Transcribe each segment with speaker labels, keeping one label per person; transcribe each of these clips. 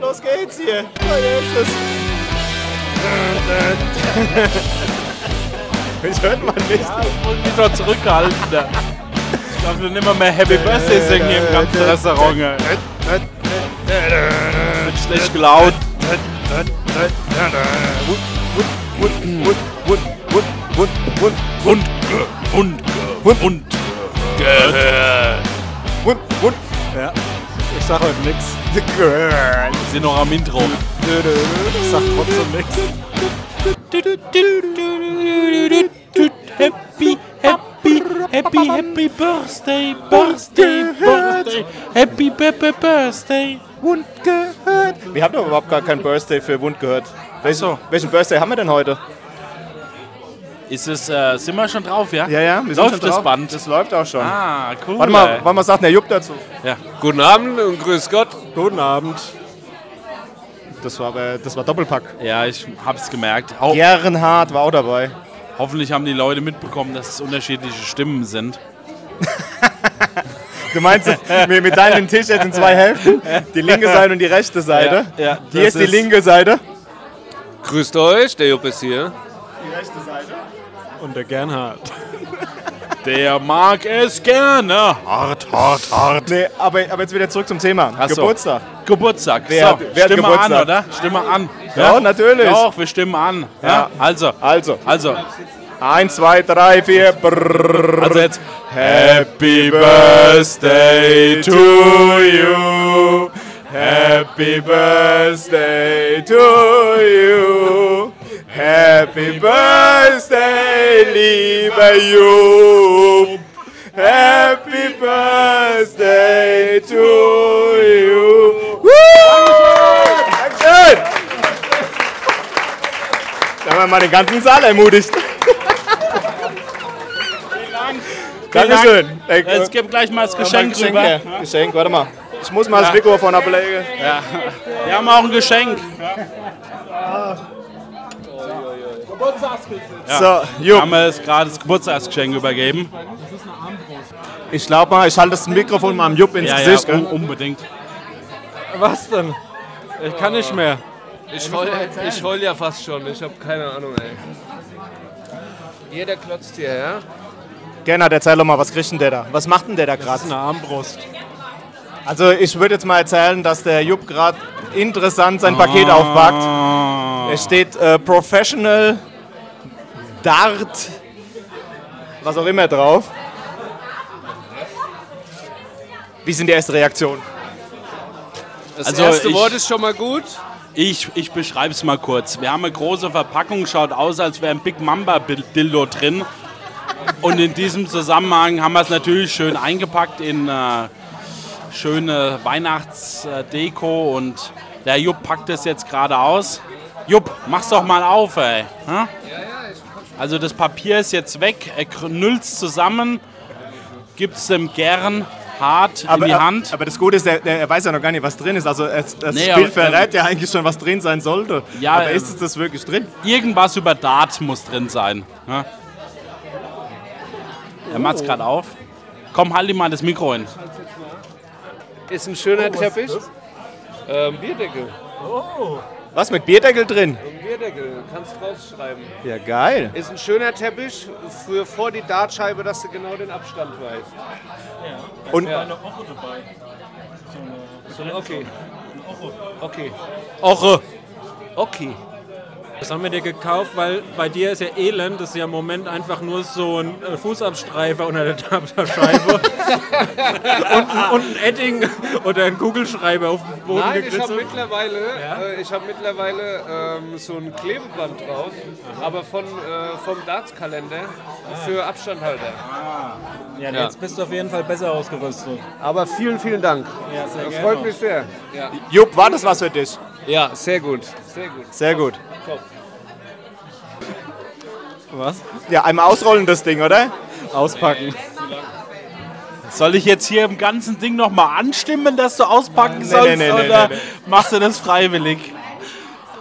Speaker 1: Los geht's hier. Heute ist es. Das hört man nicht.
Speaker 2: Und mich noch zurückgehaltener. Ich darf nicht mehr, mehr Happy Birthday singen hier im ganzen Restaurant. ey. Bin schlecht gelaunt. Und, und, und, und. Ja, ich sag heute nix. Wir sind noch am Intro. Ich sag trotzdem nix. Happy, happy, happy, happy Birthday, Birthday, Birthday. Happy, happy Birthday.
Speaker 1: Wund gehört. Wir haben doch überhaupt gar keinen Birthday für Wund gehört. Welchen,
Speaker 2: so.
Speaker 1: welchen Birthday haben wir denn heute?
Speaker 2: Ist es, äh, sind wir schon drauf, ja?
Speaker 1: wir sind schon
Speaker 2: Läuft das
Speaker 1: drauf.
Speaker 2: Band?
Speaker 1: Das läuft auch schon.
Speaker 2: Ah, cool.
Speaker 1: Warte mal, wann man sagt, der Jupp dazu.
Speaker 2: Ja.
Speaker 3: Guten Abend und grüß Gott.
Speaker 1: Guten Abend. Das war, aber- das war Doppelpack.
Speaker 2: ja, ich hab's gemerkt. Ho
Speaker 1: Gernhard war auch dabei.
Speaker 2: Hoffentlich haben die Leute mitbekommen, dass es unterschiedliche Stimmen sind.
Speaker 1: Du meinst, wir mit deinem Tisch jetzt in zwei Hälften? Die linke Seite und die rechte Seite.
Speaker 2: Ja, ja,
Speaker 1: Hier
Speaker 2: das
Speaker 1: ist die
Speaker 2: ist-
Speaker 1: linke Seite.
Speaker 3: Grüßt euch, der Jupp ist hier.
Speaker 1: Die rechte Seite.
Speaker 4: Und der Gernhard.
Speaker 2: Der mag es gerne. Hart, hart, hart.
Speaker 1: Nee, aber, aber jetzt wieder zurück zum Thema.
Speaker 2: Ach so.
Speaker 1: Geburtstag.
Speaker 2: Geburtstag.
Speaker 1: Wer
Speaker 2: so,
Speaker 1: hat- wer hat
Speaker 2: Stimme an,
Speaker 1: Geburtstag?
Speaker 2: oder? Stimme an.
Speaker 1: Ja, natürlich.
Speaker 2: Doch, wir stimmen an. Ja.
Speaker 1: Ja.
Speaker 2: Also,
Speaker 1: Also,
Speaker 2: also,
Speaker 1: eins, zwei, drei, vier. Brrrr.
Speaker 2: also jetzt.
Speaker 1: Happy Birthday to you. Happy Birthday to you. Happy Birthday, lieber Jupp. Happy Birthday to you. Woo! Dankeschön. Da haben wir mal den ganzen Saal ermutigt. Dankeschön.
Speaker 2: Es gibt gleich mal das Geschenk
Speaker 1: Geschenk,
Speaker 2: rüber.
Speaker 1: ja. Geschenk, warte mal. Ich muss mal das Mikrofon ablegen.
Speaker 2: Wir haben auch ein Geschenk.
Speaker 1: So,
Speaker 2: Wir
Speaker 1: Jupp.
Speaker 2: haben es gerade das Geburtstagsgeschenk übergeben.
Speaker 1: Ich glaube mal, ich halte das Mikrofon mal am Jupp ins
Speaker 2: Ja, ja,
Speaker 1: Gesicht.
Speaker 2: un
Speaker 1: gell?
Speaker 2: unbedingt.
Speaker 4: Was denn? Ich kann nicht mehr.
Speaker 3: Ich heule, ich heul ja fast schon, ich habe keine Ahnung, ey. Jeder klotzt hierher.
Speaker 1: Gernot, erzähl Genau, doch mal, was kriegt denn der da? Was macht denn der da
Speaker 4: Das
Speaker 1: gerade?
Speaker 4: ist eine Armbrust.
Speaker 1: Also ich würde jetzt mal erzählen, dass der Jupp gerade interessant sein Paket aufpackt.
Speaker 2: Ah.
Speaker 1: Es steht äh, Professional Dart, was auch immer drauf. Wie sind die erste Reaktion?
Speaker 3: Das
Speaker 2: Also,
Speaker 3: erste
Speaker 2: ich-
Speaker 3: Wort ist schon mal gut.
Speaker 2: Ich, ich beschreibe es mal kurz. Wir haben eine große Verpackung, schaut aus, als wäre ein Big Mamba-Dildo drin. Und in diesem Zusammenhang haben wir es natürlich schön eingepackt in äh, schöne Weihnachtsdeko. Und der Jupp packt es jetzt gerade aus. Jupp, mach's doch mal auf, ey. Hä? Also das Papier ist jetzt weg, er knüllt's zusammen, gibt's dem Gern hart in die Hand.
Speaker 1: aber das Gute ist, er, er weiß ja noch gar nicht, was drin ist. Also es, das
Speaker 2: Nee,
Speaker 1: Spiel
Speaker 2: aber- ähm,
Speaker 1: verrät ja eigentlich schon, was drin sein sollte.
Speaker 2: Ja,
Speaker 1: aber
Speaker 2: ähm,
Speaker 1: ist es das wirklich drin?
Speaker 2: Irgendwas über Dart muss drin sein. Ne? Er
Speaker 1: Oh.
Speaker 2: macht's gerade auf. Komm, halt ihm mal das Mikro hin.
Speaker 3: Ist ein schöner Teppich. Ähm, Bierdeckel.
Speaker 1: Was mit Bierdeckel drin?
Speaker 3: Ein Bierdeckel, kannst draufschreiben.
Speaker 1: Ja, geil.
Speaker 3: Ist ein schöner Teppich für vor die Dartscheibe, dass du genau den Abstand weißt.
Speaker 1: Und
Speaker 3: Okay. Okay.
Speaker 2: Och,
Speaker 3: Okay.
Speaker 4: Das haben wir dir gekauft, weil bei dir ist ja elend. Das ist ja im Moment einfach nur so ein äh, Fußabstreifer unter der Tapterscheibe. und, ein- und ein Edding oder ein Kugelschreiber auf dem Boden
Speaker 3: Nein, ich habe
Speaker 4: gekritzelt.
Speaker 3: mittlerweile, äh, ich hab mittlerweile ähm, so ein Klebeband drauf, aber von, äh, vom Darts-Kalender für Abstandhalter.
Speaker 4: Ja, jetzt bist du auf jeden Fall besser ausgerüstet.
Speaker 3: Aber vielen, vielen Dank.
Speaker 4: Ja, sehr
Speaker 3: Freut mich sehr.
Speaker 1: Jupp, war das was für dich?
Speaker 3: Ja, sehr gut. Sehr gut.
Speaker 1: Sehr gut.
Speaker 4: Was?
Speaker 1: Ja, einmal ausrollen das Ding, oder?
Speaker 4: Auspacken.
Speaker 2: soll ich jetzt hier im ganzen Ding nochmal anstimmen, dass du auspacken sollst?
Speaker 1: nee, nee, nee,
Speaker 2: oder
Speaker 1: nee,
Speaker 2: machst du das freiwillig?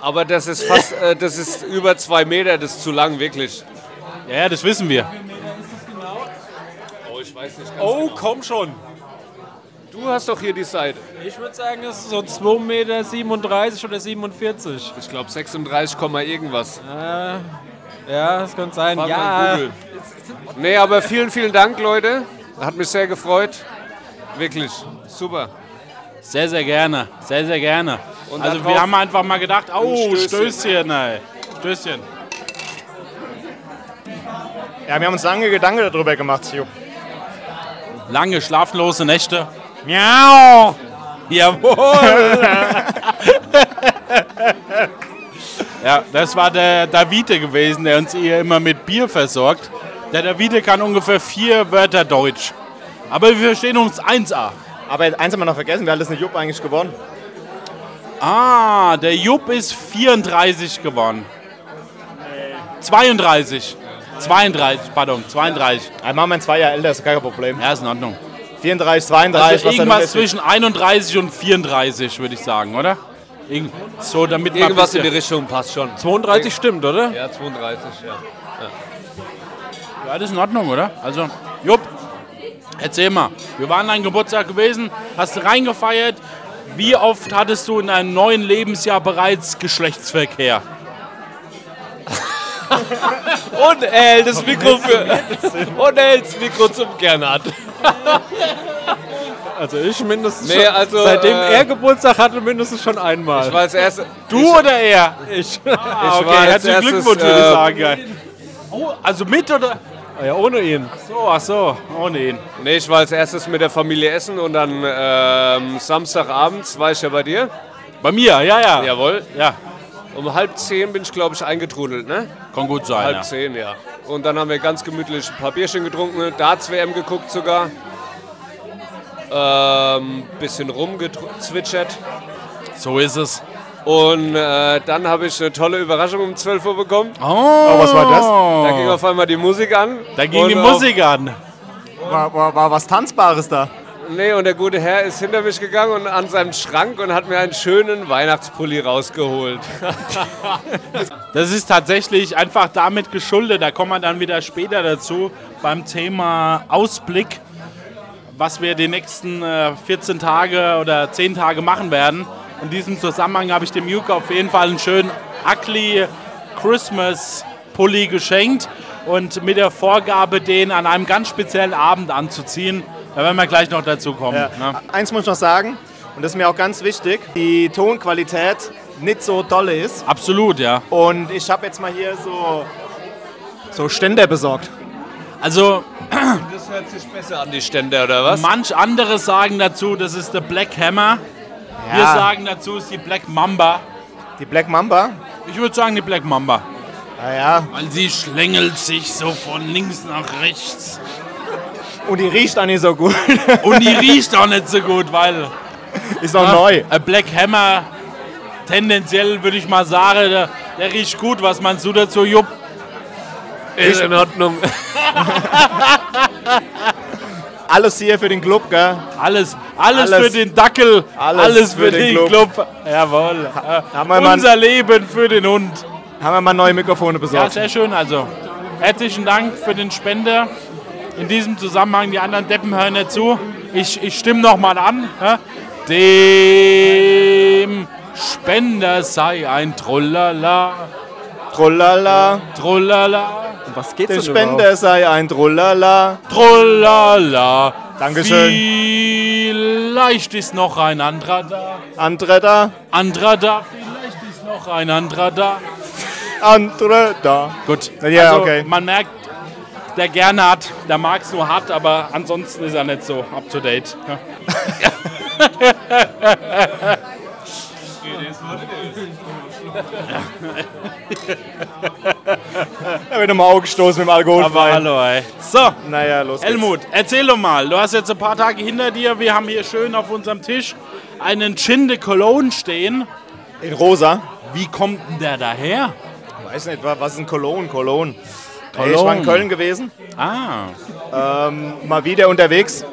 Speaker 3: Aber das ist fast, äh, das ist über zwei Meter, das ist zu lang, wirklich.
Speaker 2: Ja, ja, das wissen wir.
Speaker 3: Oh, ich weiß nicht ganz
Speaker 4: Oh, komm schon.
Speaker 3: Du hast doch hier die Seite.
Speaker 4: Ich würde sagen, es ist so 2,37 Meter oder 47.
Speaker 3: Ich glaube 36, Komma irgendwas.
Speaker 4: Ja, das könnte sein.
Speaker 3: Frag mal
Speaker 4: ja.
Speaker 3: Google. Nee, aber vielen, vielen Dank, Leute. Hat mich sehr gefreut. Wirklich. Super.
Speaker 2: Sehr, sehr gerne. Sehr, sehr gerne.
Speaker 3: Und
Speaker 2: also
Speaker 3: darauf
Speaker 2: wir haben einfach mal gedacht, oh,
Speaker 3: Stößchen.
Speaker 2: Stößchen, ey. Stößchen.
Speaker 1: Ja, wir haben uns lange Gedanken darüber gemacht, Jupp.
Speaker 2: Lange schlaflose Nächte. Miau! Jawohl! ja, das war der Davide gewesen, der uns hier immer mit Bier versorgt. Der Davide kann ungefähr vier Wörter Deutsch. Aber wir verstehen uns 1A.
Speaker 1: Aber eins haben wir noch vergessen, wer hat das denn Jupp eigentlich gewonnen?
Speaker 2: Ah, der Jupp ist 34 geworden. 32. 32, pardon, 32.
Speaker 1: Ein Mann, mein zwei Jahre älter, ist kein Problem.
Speaker 2: Ja, ist in Ordnung.
Speaker 1: 34, 32,
Speaker 2: Also
Speaker 1: was
Speaker 2: irgendwas
Speaker 1: da drin ist.
Speaker 2: zwischen 31 und 34, würde ich sagen, oder? Irgend so, damit man
Speaker 3: Irgendwas in
Speaker 2: ein
Speaker 3: die
Speaker 2: bisschen-
Speaker 3: Richtung passt schon.
Speaker 4: 32 stimmt, oder?
Speaker 3: Ja, 32, ja.
Speaker 2: Ja, das ist in Ordnung, oder? Also, Jupp, erzähl mal. Wir waren an Geburtstag gewesen, hast reingefeiert. Wie oft hattest du in deinem neuen Lebensjahr bereits Geschlechtsverkehr?
Speaker 3: Und
Speaker 4: äh,
Speaker 3: er hält das Mikro für. Und er hält das Mikro zum Gernat.
Speaker 4: Also ich mindestens
Speaker 3: Nee,
Speaker 4: schon.
Speaker 3: also,
Speaker 4: seitdem
Speaker 3: äh,
Speaker 4: er Geburtstag hatte, mindestens schon einmal.
Speaker 3: Ich war als erstes.
Speaker 2: Du oder er?
Speaker 4: Ich.
Speaker 2: Ah,
Speaker 3: war als
Speaker 2: herzlichen
Speaker 3: erstes,
Speaker 2: Glückwunsch, würde ich
Speaker 3: äh,
Speaker 2: sagen. ja. Oh, also mit oder?
Speaker 4: ja, ohne ihn.
Speaker 2: So, ach so, ohne ihn.
Speaker 3: Nee, ich war als erstes mit der Familie essen und dann ähm, Samstagabends war ich ja bei dir.
Speaker 2: Bei mir, ja, ja. Ja,
Speaker 3: Jawohl.
Speaker 2: ja.
Speaker 3: Um halb zehn bin ich, glaube ich, eingetrudelt, ne?
Speaker 2: kann gut sein.
Speaker 3: Halb
Speaker 2: Ja.
Speaker 3: zehn, ja. Und dann haben wir ganz gemütlich ein paar Bierchen getrunken, Darts-WM geguckt sogar. Ähm, bisschen rumgezwitschert.
Speaker 2: So ist es.
Speaker 3: Und äh, dann habe ich eine tolle Überraschung um 12 Uhr bekommen.
Speaker 2: Oh,
Speaker 1: was war
Speaker 3: Da
Speaker 1: das?
Speaker 3: ging auf einmal die Musik an.
Speaker 2: Da Oh. ging
Speaker 3: Und äh,
Speaker 2: die
Speaker 3: auch-
Speaker 2: Musik an.
Speaker 1: War, war, war was Tanzbares da?
Speaker 3: Nee, und der gute Herr ist hinter mich gegangen und an seinem Schrank und hat mir einen schönen Weihnachtspulli rausgeholt.
Speaker 2: Das ist tatsächlich einfach damit geschuldet. Da kommen wir dann wieder später dazu beim Thema Ausblick, was wir die nächsten äh, 14 Tage oder 10 Tage machen werden. In diesem Zusammenhang habe ich dem Juke auf jeden Fall einen schönen Ugly Christmas Pulli geschenkt und mit der Vorgabe, den an einem ganz speziellen Abend anzuziehen. Da werden wir gleich noch dazu kommen. Ne?
Speaker 1: Eins muss ich noch sagen, und das ist mir auch ganz wichtig, die Tonqualität nicht so dolle ist.
Speaker 2: Absolut, ja.
Speaker 1: Und ich habe jetzt mal hier so, so Ständer besorgt.
Speaker 2: Also
Speaker 3: Das hört sich besser an die Ständer, oder was?
Speaker 2: Manch andere sagen dazu, das ist der Black Hammer. Wir
Speaker 1: Ja.
Speaker 2: sagen dazu, es ist die Black Mamba.
Speaker 1: Die Black Mamba.
Speaker 2: Ich würde sagen, die Black Mamba.
Speaker 1: Naja,
Speaker 2: Weil sie schlängelt sich so von links nach rechts.
Speaker 1: und die riecht auch nicht so gut.
Speaker 2: Und die riecht auch nicht so gut, weil
Speaker 1: ist noch neu.
Speaker 2: ein Black Hammer tendenziell würde ich mal sagen, der, der riecht gut. Was meinst du dazu, Jupp?
Speaker 3: Ist in Ordnung.
Speaker 1: Alles hier für den Club, gell?
Speaker 2: Alles, alles,
Speaker 1: Alles.
Speaker 2: für den Dackel,
Speaker 1: Alles
Speaker 2: für, den, Club. Jawohl.
Speaker 1: haben wir mal-
Speaker 2: Unser Leben für den Hund.
Speaker 1: Haben wir mal neue Mikrofone
Speaker 2: Ja,
Speaker 1: besorgt.
Speaker 2: sehr schön. Also herzlichen Dank für den Spender. In diesem Zusammenhang, die anderen Deppen hören nicht zu. Ich, ich stimme nochmal an. hä? Dem Spender sei ein Trullala,
Speaker 1: Trullala,
Speaker 2: Trullala,
Speaker 4: Was geht's
Speaker 1: dem Spender sei ein Trullala.
Speaker 2: Trullala.
Speaker 1: Dankeschön.
Speaker 2: Vielleicht ist noch ein anderer da.
Speaker 1: Andere da,
Speaker 2: Anderer da. Vielleicht ist noch ein anderer da.
Speaker 1: andere da.
Speaker 2: Gut.
Speaker 1: Ja,
Speaker 2: also,
Speaker 1: okay.
Speaker 2: Man merkt, der gerne hat, der mag es nur hart, aber ansonsten ist er nicht so up to date. Ja.
Speaker 1: Da wird im Auge gestoßen mit dem Alkoholwein.
Speaker 2: hallo, ey. So,
Speaker 1: Naja, los geht's.
Speaker 2: Helmut, erzähl doch mal. Du hast jetzt ein paar Tage hinter dir. Wir haben hier schön auf unserem Tisch einen Gin de Cologne stehen.
Speaker 1: In rosa.
Speaker 2: Wie kommt denn der daher?
Speaker 1: Weiß nicht, wa- was ist ein Cologne? Cologne. Ey, ich war in Köln gewesen,
Speaker 2: Ah,
Speaker 1: mal wieder unterwegs.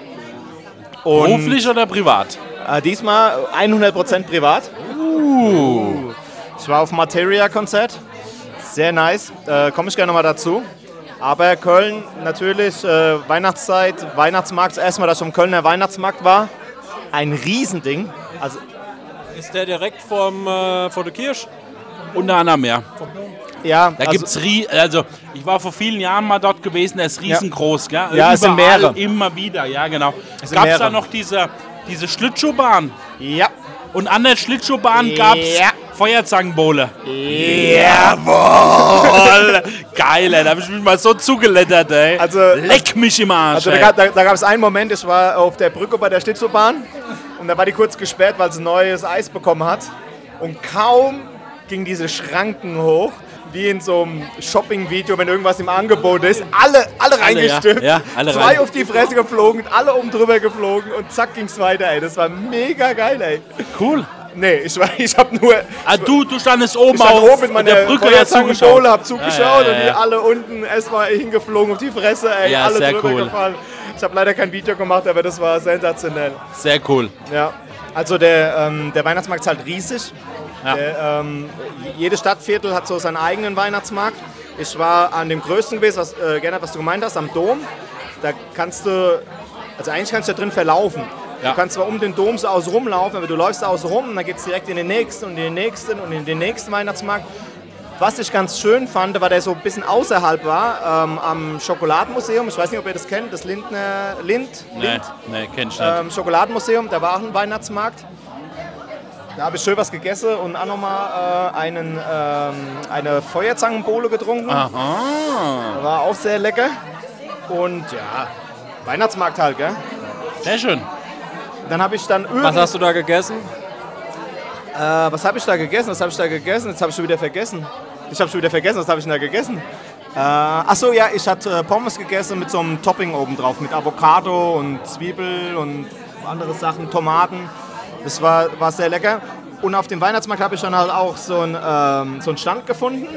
Speaker 1: Und
Speaker 2: beruflich oder privat?
Speaker 1: Äh, diesmal 100% privat.
Speaker 2: Uh.
Speaker 1: Ich war auf Materia-Konzert. Sehr nice. Äh, Komme ich gerne nochmal dazu. Aber Köln natürlich, äh, Weihnachtszeit, Weihnachtsmarkt. Erstmal, dass ich am Kölner Weihnachtsmarkt war. ein Riesending. Also
Speaker 4: Ist der direkt vom, äh, vor der Kirsch?
Speaker 2: Unter anderem, ja.
Speaker 1: ja,
Speaker 2: Da
Speaker 1: also,
Speaker 2: gibt's rie also ich war vor vielen Jahren mal dort gewesen, der ist riesengroß, gell?
Speaker 1: Ja, es sind
Speaker 2: Überall,
Speaker 1: mehrere.
Speaker 2: Immer wieder, ja genau. Es
Speaker 1: sind
Speaker 2: gab's
Speaker 1: mehrere.
Speaker 2: da noch diese, diese Schlittschuhbahn
Speaker 1: ja,
Speaker 2: und an der Schlittschuhbahn gab's
Speaker 1: Ja.
Speaker 2: Feuerzangenbowle. Jawohl! Geil, ey, da hab ich mich mal so zugelettert, ey.
Speaker 1: Also-
Speaker 2: Leck mich im Arsch,
Speaker 1: also da
Speaker 2: ey.
Speaker 1: gab es da, gab's einen Moment, ich war auf der Brücke bei der Schlitzohbahn und da war die kurz gesperrt, weil sie neues Eis bekommen hat. Und kaum ging diese Schranken hoch, wie in so einem Shopping-Video, wenn irgendwas im Angebot ist, alle, alle reingestürmt,
Speaker 2: ja, alle
Speaker 1: zwei
Speaker 2: rein.
Speaker 1: auf die Fresse geflogen, alle oben drüber geflogen und zack ging's weiter, ey. Das war mega geil, ey.
Speaker 2: Cool.
Speaker 1: Nee, ich, war, ich hab nur...
Speaker 2: Ah, du, du standest oben
Speaker 1: Ich stand
Speaker 2: auf
Speaker 1: halt oben mit meiner
Speaker 2: der Brücke ja zugeschaut.
Speaker 1: Feuerzangenbowle, hab zugeschaut
Speaker 2: Ja, ja, ja,
Speaker 1: und die
Speaker 2: ja.
Speaker 1: alle unten erstmal hingeflogen auf die Fresse, ey,
Speaker 2: Ja,
Speaker 1: alle
Speaker 2: sehr
Speaker 1: drüber
Speaker 2: cool.
Speaker 1: gefallen. Ich habe leider kein Video gemacht, aber das war sensationell.
Speaker 2: Sehr cool.
Speaker 1: Ja. Also der, ähm, der Weihnachtsmarkt ist halt riesig.
Speaker 2: Ja.
Speaker 1: Der, ähm, jedes Stadtviertel hat so seinen eigenen Weihnachtsmarkt. Ich war an dem größten gewesen, was, äh, Gernot, was du gemeint hast, am Dom. Da kannst du, also eigentlich kannst du da drin verlaufen.
Speaker 2: Ja.
Speaker 1: Du kannst zwar um den Dom so außen rumlaufen, aber du läufst da außen rum und dann geht es direkt in den nächsten und in den nächsten und in den nächsten Weihnachtsmarkt. Was ich ganz schön fand, war der so ein bisschen außerhalb war, ähm, am Schokoladenmuseum. Ich weiß nicht, ob ihr das kennt, das Lindner, Lind,
Speaker 2: Nee,
Speaker 1: Lind
Speaker 2: nee, kenn ich nicht.
Speaker 1: ähm, Schokoladenmuseum, da war auch ein Weihnachtsmarkt. Da habe ich schön was gegessen und auch nochmal äh, einen, ähm, eine Feuerzangenbowle getrunken.
Speaker 2: Ah. Aha.
Speaker 1: War auch sehr lecker. Und ja, Weihnachtsmarkt halt, gell?
Speaker 2: Sehr schön.
Speaker 1: Dann habe ich dann
Speaker 4: Was
Speaker 1: irgend-
Speaker 4: hast du da gegessen?
Speaker 1: äh, was habe ich da gegessen? Was habe ich da gegessen? Jetzt habe ich schon wieder vergessen. Ich habe schon wieder vergessen, was habe ich denn da gegessen? Äh, Achso, ja, ich hatte äh, Pommes gegessen mit so einem Topping oben drauf, mit Avocado und Zwiebel und andere Sachen, Tomaten. Das war, war sehr lecker. Und auf dem Weihnachtsmarkt habe ich dann halt auch so einen, ähm, so einen Stand gefunden.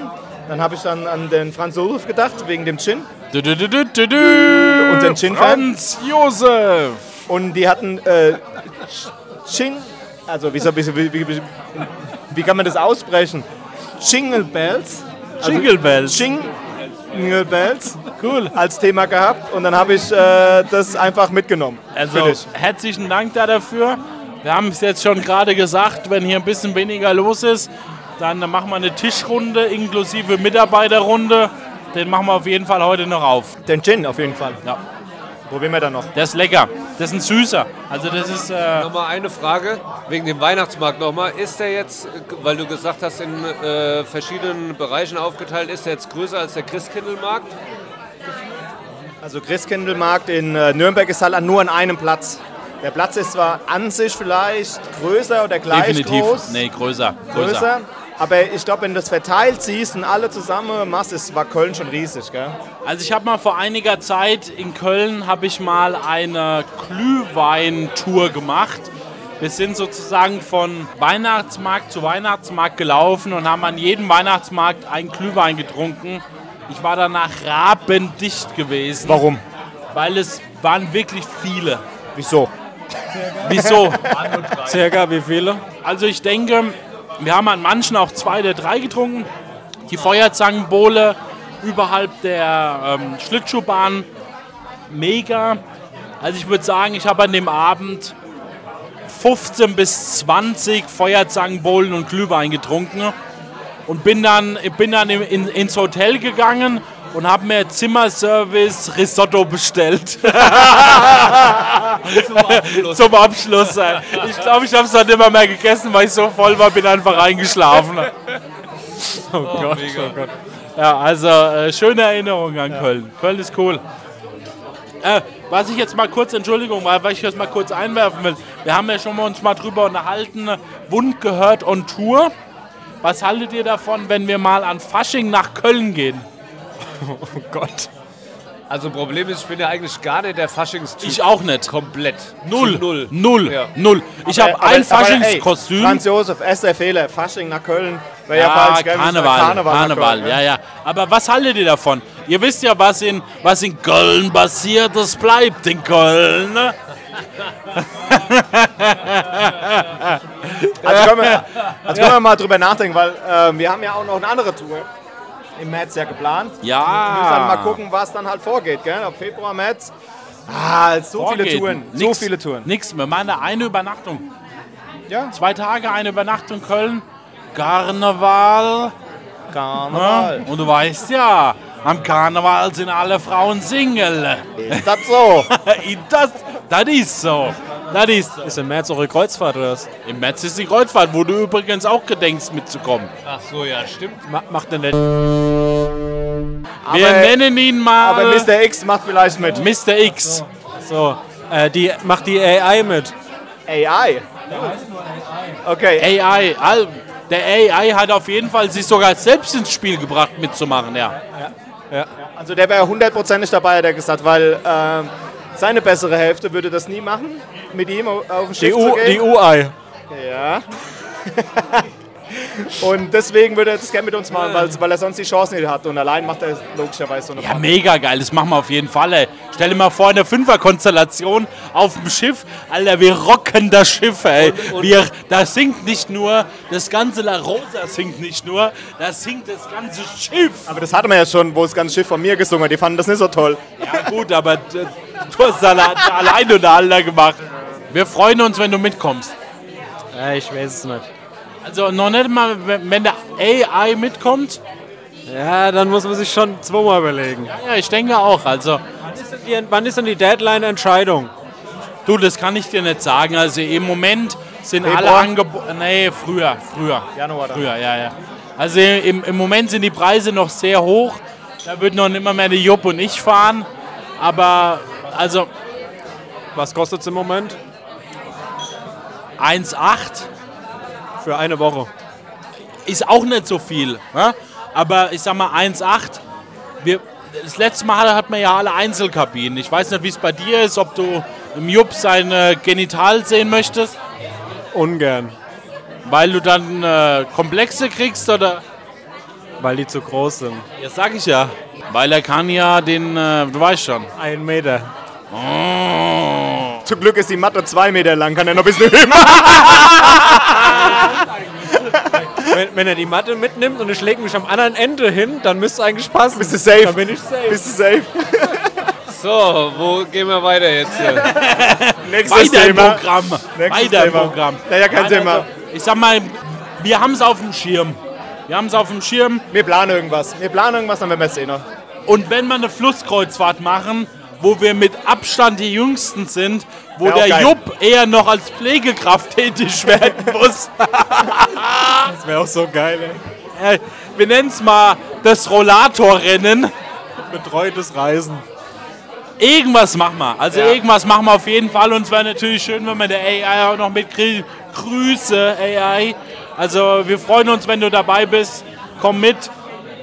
Speaker 1: Dann habe ich dann an den Franz Josef gedacht, wegen dem Gin.
Speaker 2: Du, du, du, du, du, du.
Speaker 1: Und den Gin-Fan?
Speaker 2: Franz Josef.
Speaker 1: Und die hatten äh, Ching, also wie, soll- wie, wie, wie, wie kann man das aussprechen? Jingle Bells. Also
Speaker 2: Jingle Bells.
Speaker 1: Jingle Bells. Cool. Als Thema gehabt und dann habe ich äh, das einfach mitgenommen.
Speaker 2: Also
Speaker 1: Für dich.
Speaker 2: herzlichen Dank da dafür. Wir haben es jetzt schon gerade gesagt, wenn hier ein bisschen weniger los ist, dann machen wir eine Tischrunde inklusive Mitarbeiterrunde. Den machen wir auf jeden Fall heute noch auf.
Speaker 1: Den Gin auf jeden Fall.
Speaker 2: Ja.
Speaker 1: Probieren wir dann noch.
Speaker 2: Der ist lecker. Das ist ein süßer. Also das ist äh,
Speaker 3: Nochmal eine Frage wegen dem Weihnachtsmarkt nochmal. Ist der jetzt, äh, weil du gesagt hast, in äh, verschiedenen Bereichen aufgeteilt, ist der jetzt größer als der Christkindlmarkt?
Speaker 1: Also Christkindlmarkt in äh, Nürnberg ist halt an- nur an einem Platz. Der Platz ist zwar an sich vielleicht größer oder gleich
Speaker 2: definitiv.
Speaker 1: groß.
Speaker 2: Nee, größer. Größer.
Speaker 1: größer. Aber ich glaube, wenn du das verteilt siehst und alle zusammen machst, ist, war Köln schon riesig, gell?
Speaker 2: Also ich habe mal vor einiger Zeit in Köln habe ich mal eine Glühwein-Tour gemacht. Wir sind sozusagen von Weihnachtsmarkt zu Weihnachtsmarkt gelaufen und haben an jedem Weihnachtsmarkt einen Glühwein getrunken. Ich war danach rabendicht gewesen,
Speaker 1: Warum?
Speaker 2: weil es waren wirklich viele.
Speaker 1: Wieso?
Speaker 2: Wieso?
Speaker 4: Circa wie viele?
Speaker 2: Also ich denke, wir haben an manchen auch zwei oder drei getrunken. Die Feuerzangenbowle überhalb der ähm, Schlittschuhbahn. Mega. Also ich würde sagen, ich habe an dem Abend 15 bis 20 Feuerzangenbowlen und Glühwein getrunken und bin dann, bin dann in, in, ins Hotel gegangen und habe mir Zimmerservice Risotto bestellt. Zum Abschluss. ey. Ich glaube, ich habe es dann immer mehr gegessen, weil ich so voll war, bin einfach eingeschlafen.
Speaker 4: Oh, Gott, oh Gott.
Speaker 2: Ja, also äh, schöne Erinnerung an Köln. Köln ist cool. Äh, was ich jetzt mal kurz, Entschuldigung, weil weil ich jetzt mal kurz einwerfen will. Wir haben ja schon mal uns mal drüber unterhalten, äh, Wund gehört on Tour. Was haltet ihr davon, wenn wir mal an Fasching nach Köln gehen?
Speaker 4: Oh Gott.
Speaker 3: Also Problem ist, ich bin ja eigentlich gar nicht der Faschingstyp.
Speaker 2: Ich auch nicht.
Speaker 3: komplett.
Speaker 2: Null.
Speaker 3: Zu Null.
Speaker 2: Null.
Speaker 3: Ja.
Speaker 2: Null. Ich
Speaker 1: Aber-
Speaker 2: habe ein
Speaker 1: aber- aber, ey,
Speaker 2: Faschingskostüm.
Speaker 1: Franz Josef, erster Fehler. Fasching nach Köln wäre ja,
Speaker 2: Ja,
Speaker 1: falsch. gell? Müssen wir
Speaker 2: Ah, Karneval, Karneval,
Speaker 1: nach Köln,
Speaker 2: ja, ja. Aber was haltet ihr davon? Ihr wisst ja, was in, was in Köln passiert, das bleibt in Köln. ne?
Speaker 1: Also können, wir, also können wir mal drüber nachdenken, weil ähm, wir haben ja auch noch eine andere Tour im März ja geplant. Wir müssen halt
Speaker 2: Ja.
Speaker 1: mal gucken, was dann halt vorgeht. Gell? Ab Februar, März. Ah, so viele
Speaker 2: Vorgehen.
Speaker 1: Touren. So
Speaker 2: Nix-
Speaker 1: viele Touren.
Speaker 2: Nix, wir machen da eine Übernachtung.
Speaker 1: Ja.
Speaker 2: Zwei Tage, eine Übernachtung Köln. Karneval.
Speaker 1: Karneval.
Speaker 2: Und du weißt ja, am Karneval sind alle Frauen Single.
Speaker 1: Ist das so?
Speaker 2: das, das ist so. Das ist so.
Speaker 4: Ist im März eure Kreuzfahrt oder was?
Speaker 2: Im März ist die Kreuzfahrt, wo du übrigens auch gedenkst mitzukommen.
Speaker 3: Ach so, ja, stimmt.
Speaker 4: Ma macht denn der
Speaker 2: Wir
Speaker 1: Aber-
Speaker 2: nennen ihn mal
Speaker 1: Aber Mr. X macht vielleicht mit.
Speaker 2: Mr. X.
Speaker 4: so? Äh, die macht die AI mit.
Speaker 1: AI. Okay.
Speaker 2: AI. Al- Der AI hat auf jeden Fall sich sogar selbst ins Spiel gebracht mitzumachen, ja.
Speaker 1: Also der wäre hundertprozentig dabei, hat er gesagt, weil ähm, seine bessere Hälfte würde das nie machen, mit ihm au- auf den Schiff zu gehen.
Speaker 4: UI.
Speaker 1: Ja. Und deswegen würde er das gerne mit uns machen, weil, weil er sonst die Chance nicht hat. Und allein macht er logischerweise so eine
Speaker 2: Ja, mega geil, das machen wir auf jeden Fall, ey. Stell dir mal vor, in der Fünferkonstellation auf dem Schiff, Alter, wir rocken das Schiff, ey. wir, da singt nicht nur, das ganze La Rosa singt nicht nur, da singt das ganze Schiff.
Speaker 1: Aber das hatten wir ja schon, wo das ganze Schiff von mir gesungen hat. Die fanden das nicht so toll.
Speaker 2: Ja gut, aber d- du hast alle, allein und alle gemacht. Wir freuen uns, wenn du mitkommst.
Speaker 4: Äh, ich weiß es nicht.
Speaker 2: Also noch nicht mal, wenn wenn der AI mitkommt.
Speaker 4: Ja, dann muss man sich schon zweimal überlegen.
Speaker 2: Ja, ich denke auch. Also,
Speaker 4: Die, wann ist denn die Deadline-Entscheidung?
Speaker 2: du, das kann ich dir nicht sagen. Also im Moment sind alle
Speaker 1: Februar?
Speaker 2: Angebote. Nee, früher, früher.
Speaker 1: Januar dann.
Speaker 2: Früher, ja, ja. Also im, im Moment sind die Preise noch sehr hoch. Da wird noch immer mehr die Jupp und ich fahren. Aber also
Speaker 4: Was kostet es im Moment?
Speaker 2: 1,8
Speaker 4: Für eine Woche.
Speaker 2: ist auch nicht so viel. Ne? Aber ich sag mal 1,8. Wir, das letzte Mal hat man ja alle Einzelkabinen. Ich weiß nicht, wie es bei dir ist, ob du im Jupp seine Genital sehen möchtest,
Speaker 4: Ungern.
Speaker 2: weil du dann äh, Komplexe kriegst oder.
Speaker 4: Weil die zu groß sind.
Speaker 2: Ja, sag ich ja. Weil er kann ja den, äh, du weißt schon. Oh.
Speaker 4: Ein Meter.
Speaker 1: Zum Glück ist die Matte zwei Meter lang, kann er noch ein bisschen höher machen.
Speaker 4: Wenn, wenn er die Matte mitnimmt und ich lege mich am anderen Ende hin, dann müsste es eigentlich passen.
Speaker 1: Bist du safe?
Speaker 4: Dann bin ich safe.
Speaker 1: Bist du safe?
Speaker 3: So, wo gehen wir weiter jetzt? Hier?
Speaker 1: Nächstes
Speaker 2: Weiter im
Speaker 1: Thema.
Speaker 2: Programm.
Speaker 1: Nächstes
Speaker 2: Weiter im
Speaker 1: Thema.
Speaker 2: Programm.
Speaker 1: Naja, kein
Speaker 2: Nein,
Speaker 1: Thema.
Speaker 2: also, Ich sag mal, wir haben es auf dem Schirm. Wir haben es auf dem Schirm.
Speaker 1: Wir planen irgendwas. Wir planen irgendwas, dann werden wir es sehen.
Speaker 2: Und wenn wir eine Flusskreuzfahrt machen, wo wir mit Abstand die Jüngsten sind, wo
Speaker 1: Wär auch
Speaker 2: der
Speaker 1: geil.
Speaker 2: Jupp eher noch als Pflegekraft tätig werden muss.
Speaker 4: Das wäre auch so geil, ey.
Speaker 2: Äh, wir nennen es mal das Rollatorrennen.
Speaker 4: Betreutes Reisen.
Speaker 2: Irgendwas machen wir. Also
Speaker 1: Ja.
Speaker 2: irgendwas machen wir auf jeden Fall. Und es wäre natürlich schön, wenn wir der AI auch noch mit Gri- Grüße, AI. Also wir freuen uns, wenn du dabei bist. Komm mit,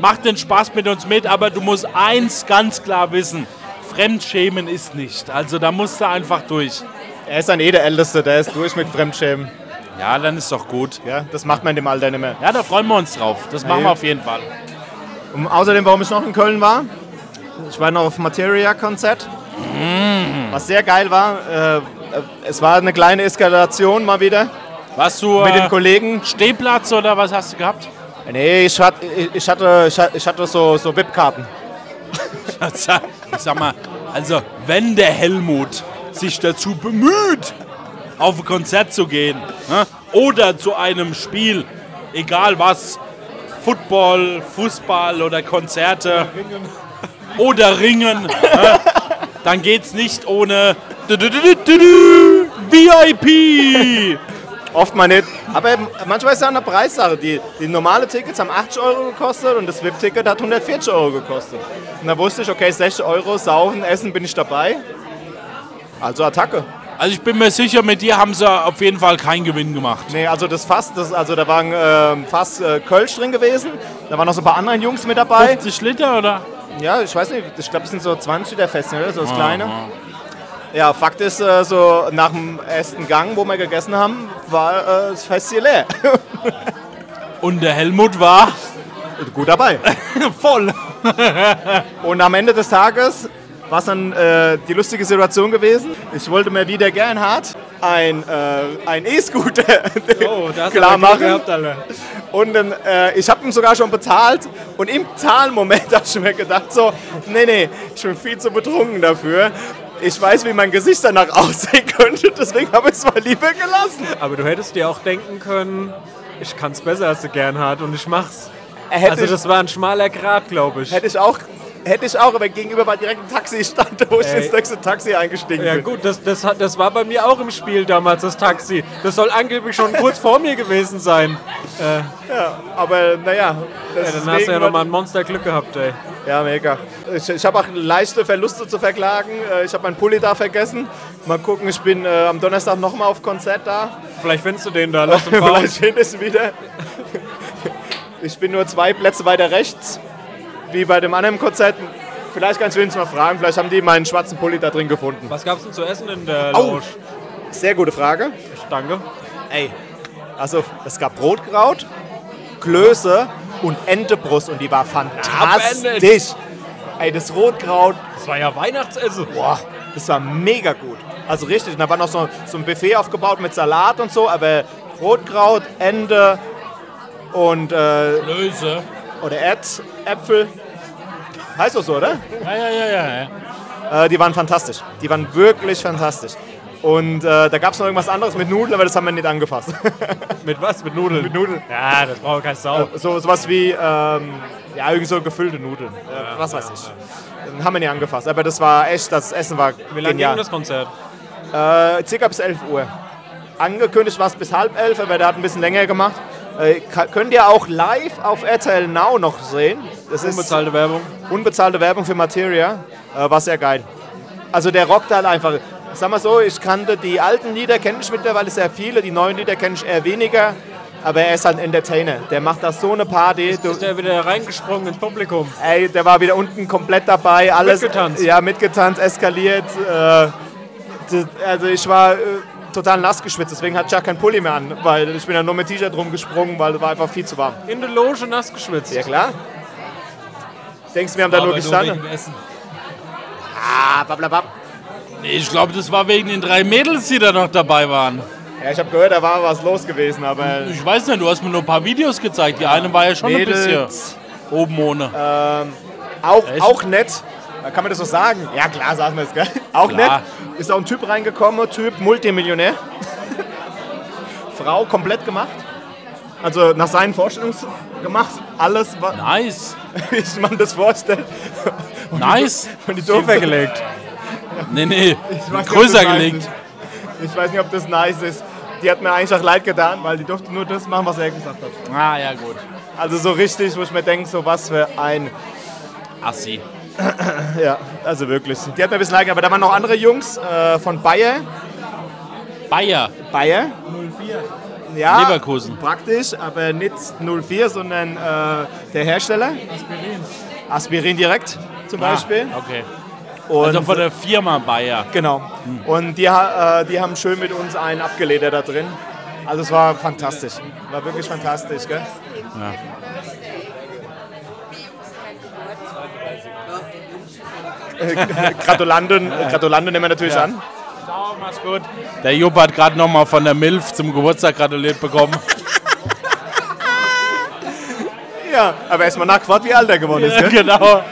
Speaker 2: mach den Spaß mit uns mit. Aber du musst eins ganz klar wissen. Fremdschämen ist nicht. Also da musst du einfach durch.
Speaker 1: Er ist dann eh der Älteste, der ist durch mit Fremdschämen.
Speaker 2: Ja, dann ist doch gut.
Speaker 1: Ja, das macht man in dem Alter nicht mehr.
Speaker 2: Ja, da freuen wir uns drauf. Das machen
Speaker 1: Ja.
Speaker 2: wir auf jeden Fall.
Speaker 1: Und außerdem, warum ich noch in Köln war, ich war noch auf Materia-Konzert, was sehr geil war. Äh, es war eine kleine Eskalation mal wieder
Speaker 2: Warst du
Speaker 1: mit den
Speaker 2: äh,
Speaker 1: Kollegen.
Speaker 2: Stehplatz oder was hast du gehabt?
Speaker 1: Nee, ich hatte, ich hatte, ich hatte- ich hatte so, so VIP-Karten.
Speaker 2: Ich sag mal, also wenn der Helmut sich dazu bemüht, auf ein Konzert zu gehen ne, oder zu einem Spiel, egal was, Football, Fußball oder Konzerte oder Ringen, ne, dann geht's nicht ohne du- du- du- du- du- du- VIP.
Speaker 1: Oft mal nicht. Aber manchmal ist ja eine Preissache. Die, die normale Tickets haben 80 Euro gekostet und das VIP-Ticket hat 140 Euro gekostet. Und da wusste ich, okay, 60 Euro, saufen, essen, bin ich dabei. Also Attacke.
Speaker 2: Also ich bin mir sicher, mit dir haben sie auf jeden Fall keinen Gewinn gemacht.
Speaker 1: Nee, also das Fass, das, also da waren ähm, Fass äh, Kölsch drin gewesen. Da waren noch so ein paar andere Jungs mit dabei.
Speaker 2: 50 Liter oder?
Speaker 1: Ja, ich weiß nicht, ich glaube, es sind so 20 Liter Festen, oder? So das Kleine. Ja, Fakt ist, äh, so nach dem ersten Gang, wo wir gegessen haben, war äh, das Fest hier leer.
Speaker 2: Und der Helmut war
Speaker 1: Gut dabei.
Speaker 2: voll.
Speaker 1: Und am Ende des Tages war es dann äh, die lustige Situation gewesen. Ich wollte mir wieder Gernhardt ein äh, ein E-Scooter
Speaker 4: Oh,
Speaker 1: klar machen.
Speaker 4: alle.
Speaker 1: Und dann, äh, ich habe ihm sogar schon bezahlt. Und im Zahlmoment habe ich mir gedacht so, nee, nee, ich bin viel zu betrunken dafür. Ich weiß, wie mein Gesicht danach aussehen könnte, deswegen habe ich es mal lieber gelassen.
Speaker 4: Aber du hättest dir auch denken können, ich kann es besser als der Gernhardt und ich mach's.
Speaker 1: Hätte,
Speaker 4: also
Speaker 1: ich,
Speaker 4: das war ein schmaler Grat, glaube ich.
Speaker 1: hätte ich auch, hätte ich auch, aber gegenüber war direkt ein Taxi stand, wo ich
Speaker 4: Ey.
Speaker 1: ins nächste Taxi eingestiegen
Speaker 4: Ja
Speaker 1: bin.
Speaker 4: gut, das, das, hat- das war bei mir auch im Spiel damals, das Taxi. Das soll angeblich schon kurz vor mir gewesen sein.
Speaker 1: Aber naja,
Speaker 4: Ja, dann hast du ja nochmal ein Monsterglück gehabt, ey.
Speaker 1: Ja, mega. Ich, ich habe auch leichte Verluste zu verklagen. Äh, Ich habe meinen Pulli da vergessen. Mal gucken, ich bin äh, am Donnerstag nochmal auf Konzert da.
Speaker 4: Vielleicht findest du den da, lass ihn fahren.
Speaker 1: Vielleicht hin ist wieder. Ich bin nur zwei Plätze weiter rechts, wie bei dem anderen Konzert. Vielleicht kannst du uns mal fragen, vielleicht haben die meinen schwarzen Pulli da drin gefunden.
Speaker 4: Was gab's denn zu essen in der
Speaker 1: Au.
Speaker 4: Lounge?
Speaker 1: Sehr gute Frage.
Speaker 4: Danke.
Speaker 1: Ey. Also, es gab Brotkraut, Klöße und Entebrust und die war fantastisch. Ey, das Rotkraut
Speaker 4: Das war ja Weihnachtsessen.
Speaker 1: Boah, das war mega gut. Also richtig, da war noch so, so ein Buffet aufgebaut mit Salat und so, aber Rotkraut, Ende und äh,
Speaker 5: Löse.
Speaker 1: oder Äpf- Äpfel. Heißt das so, oder?
Speaker 5: Ja, ja, ja, ja. ja.
Speaker 1: Äh, die waren fantastisch. Die waren wirklich fantastisch. Und äh, da gab es noch irgendwas anderes mit Nudeln, aber das haben wir nicht angefasst.
Speaker 4: Mit was? Mit Nudeln? Mit Nudeln. Ja, das braucht keine Sau.
Speaker 1: so sowas wie ähm, ja irgend so gefüllte Nudeln. Äh, was weiß ich. Haben wir nicht angefasst. Aber das war echt, das Essen war
Speaker 4: Wie lange ging
Speaker 1: genial.
Speaker 4: das Konzert?
Speaker 1: Äh, circa bis 11 Uhr. Angekündigt war es bis halb elf, aber der hat ein bisschen länger gemacht. Äh, ka- könnt ihr auch live auf RTL Now noch sehen. Das ist
Speaker 4: Unbezahlte Werbung.
Speaker 1: unbezahlte Werbung für Materia. Äh, war sehr geil. Also der rockt halt einfach. Sag mal so, ich kannte die alten Lieder, kenne ich mittlerweile sehr viele, die neuen Lieder kenne ich eher weniger. Aber er ist halt ein Entertainer. Der macht da so eine Party. Du,
Speaker 4: Ist der wieder reingesprungen ins Publikum?
Speaker 1: ey, der war wieder unten komplett dabei. Alles,
Speaker 4: Mitgetanzt.
Speaker 1: Ja, mitgetanzt, eskaliert. Äh, das, also ich war äh, total nass geschwitzt, deswegen hatte ich ja keinen Pulli mehr an, weil ich bin ja nur mit T-Shirt rumgesprungen, weil es war einfach viel zu warm.
Speaker 4: In der Loge nass geschwitzt.
Speaker 1: Ja klar. Denkst du, wir haben da
Speaker 5: Aber
Speaker 1: nur
Speaker 5: nur
Speaker 1: gestanden?
Speaker 5: wegen Essen.
Speaker 1: Ah, blablabla.
Speaker 5: Nee, ich glaube, das war wegen den drei Mädels, die da noch dabei waren.
Speaker 1: Ja, ich habe gehört, da war was los gewesen, aber
Speaker 5: Ich weiß nicht, du hast mir nur ein paar Videos gezeigt. Die eine war ja schon ein bisschen
Speaker 1: Mädels,
Speaker 5: oben ohne.
Speaker 1: auch,
Speaker 5: Echt?
Speaker 1: auch nett. Kann man das so sagen? Ja klar, sagen wir es, gell? Auch
Speaker 5: Klar.
Speaker 1: nett. Ist auch ein Typ reingekommen, Typ Multimillionär. Frau komplett gemacht. Also nach seinen Vorstellungen gemacht. Alles,
Speaker 5: Äh.
Speaker 1: was
Speaker 5: Nice,
Speaker 1: ich man das vorstellt.
Speaker 5: nice.
Speaker 1: Und die Dürfer gelegt.
Speaker 5: Nee, nee, größer gelegt.
Speaker 1: Ich weiß nicht, ob das nice ist. Die hat mir eigentlich auch leid getan, weil die durfte nur das machen, was er gesagt hat.
Speaker 5: Ah, ja, gut.
Speaker 1: Also so richtig, wo ich mir denke, so was für ein...
Speaker 5: Assi.
Speaker 1: Ja, also wirklich. Die hat mir ein bisschen leid getan, aber da waren noch andere Jungs äh, von Bayer.
Speaker 5: Bayer,
Speaker 1: Bayer. 04. Ja,
Speaker 5: Leverkusen.
Speaker 1: Praktisch, aber nicht 04, sondern äh, der Hersteller. Aspirin. Aspirin direkt zum Beispiel.
Speaker 5: Ah, okay.
Speaker 1: Und
Speaker 5: Also von Hm. der Firma Bayer.
Speaker 1: genau. Und die, ha- äh, die haben schön mit uns einen abgeledert da drin. Also es war fantastisch. War wirklich fantastisch, gell? Ja. Gratulanden, Gratulanden Äh, nehmen wir natürlich an.
Speaker 5: Ciao, mach's gut. Der Jupp hat gerade nochmal von der MILF zum Geburtstag gratuliert bekommen.
Speaker 1: Ja, aber erstmal nachgefragt, wie alt er geworden ist, gell?
Speaker 5: genau.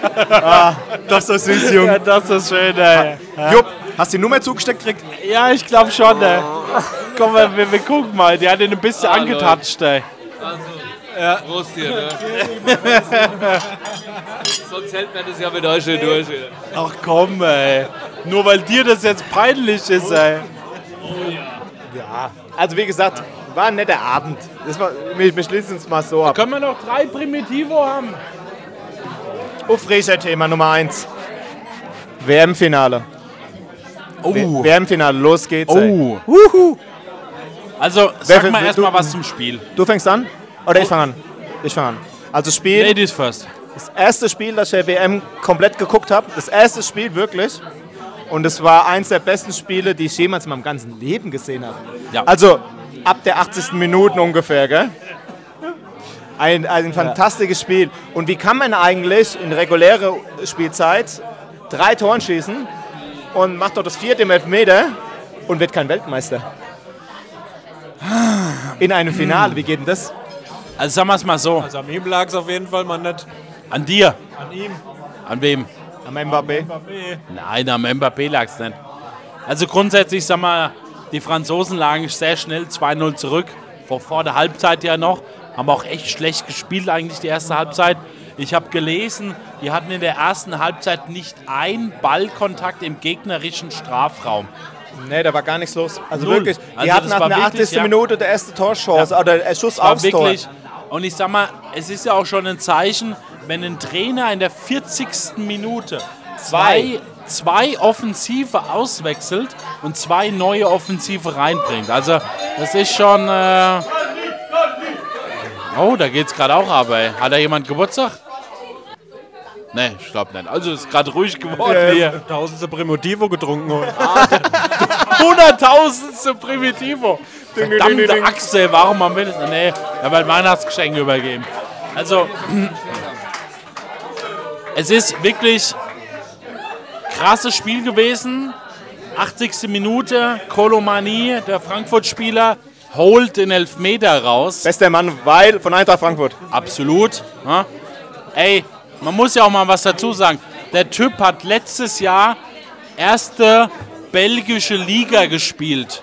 Speaker 1: Das ist süß, Junge.
Speaker 5: Ja, das ist schön, ey.
Speaker 1: Jupp, hast du die Nummer zugesteckt gekriegt?
Speaker 5: Ja, ich glaube schon, ey. Komm, wir, wir, wir gucken mal. Der hat ihn ein bisschen
Speaker 2: Ah, Leute.
Speaker 5: angetatscht, ey.
Speaker 3: Prost hier, ne? Sonst hält man das ja mit euch nicht durch. Hier.
Speaker 5: Ach komm, ey. Nur weil dir das jetzt peinlich ist, ey.
Speaker 1: Also wie gesagt, war ein netter Abend. Das war, wir, wir schließen es mal so ab.
Speaker 2: Können wir noch drei Primitivo haben?
Speaker 1: Aufreger Oh, Thema Nummer 1. WM-Finale. Uh.
Speaker 5: Oh.
Speaker 1: WM-Finale, los geht's. Ey.
Speaker 5: Oh. Also,
Speaker 1: Wer-
Speaker 5: sag mal
Speaker 1: wer-
Speaker 5: erstmal
Speaker 1: du-
Speaker 5: was zum Spiel.
Speaker 1: Du fängst an? Oder ich fange an? Ich fange an. Also Spiel,
Speaker 5: Ladies first.
Speaker 1: das erste Spiel, das ich der WM komplett geguckt habe. Das erste Spiel wirklich. Und es war eins der besten Spiele, die ich jemals in meinem ganzen Leben gesehen habe.
Speaker 5: Ja.
Speaker 1: Also ab der 80. Minute ungefähr, gell? Ein, ein fantastisches Spiel. Und wie kann man eigentlich in reguläre Spielzeit drei Toren schießen und macht doch das vierte im Elfmeter und wird kein Weltmeister? In einem Finale, wie geht denn das?
Speaker 5: Also, sagen wir es mal so.
Speaker 4: Also an ihm lag es auf jeden Fall mal nicht.
Speaker 5: An dir.
Speaker 4: An ihm.
Speaker 5: An wem?
Speaker 1: Am Mbappé.
Speaker 2: Nein, am Mbappé lag es nicht. Also grundsätzlich, sag mal, die Franzosen lagen sehr schnell 2-0 zurück. Vor, vor der Halbzeit ja noch. Haben auch echt schlecht gespielt, eigentlich die erste Halbzeit. Ich habe gelesen, die hatten in der ersten Halbzeit nicht einen Ballkontakt im gegnerischen Strafraum.
Speaker 1: Nee, da war gar nichts los. Also
Speaker 2: Null.
Speaker 1: wirklich, die
Speaker 2: Also
Speaker 1: hatten
Speaker 2: das
Speaker 1: nach
Speaker 2: war
Speaker 1: der
Speaker 2: wirklich,
Speaker 1: 80.
Speaker 2: ja.
Speaker 1: Minute der erste Torchance oder äh, Schuss
Speaker 2: Es war
Speaker 1: aufs Tor.
Speaker 2: wirklich. Und ich sag mal, es ist ja auch schon ein Zeichen, wenn ein Trainer in der 40. Minute zwei, zwei Offensive auswechselt und zwei neue Offensive reinbringt. Also das ist schon. Äh oh, da geht's gerade auch ab, ey. Hat da jemand Geburtstag? Nee, ich glaube nicht. Also ist gerade ruhig geworden
Speaker 4: Ähm.
Speaker 2: hier.
Speaker 4: Tausendste Primitivo getrunken heute.
Speaker 2: Hunderttausendste Primitivo. Verdammte Axel, warum am wenigsten? Nee, er hat Weihnachtsgeschenke übergeben. Also, es ist wirklich krasses Spiel gewesen. 80. Minute, Kolomani, der Frankfurt-Spieler, holt den Elfmeter raus.
Speaker 1: Bester Mann, weil von Eintracht Frankfurt.
Speaker 2: Absolut. Ne? Ey, man muss ja auch mal was dazu sagen. Der Typ hat letztes Jahr erste belgische Liga gespielt.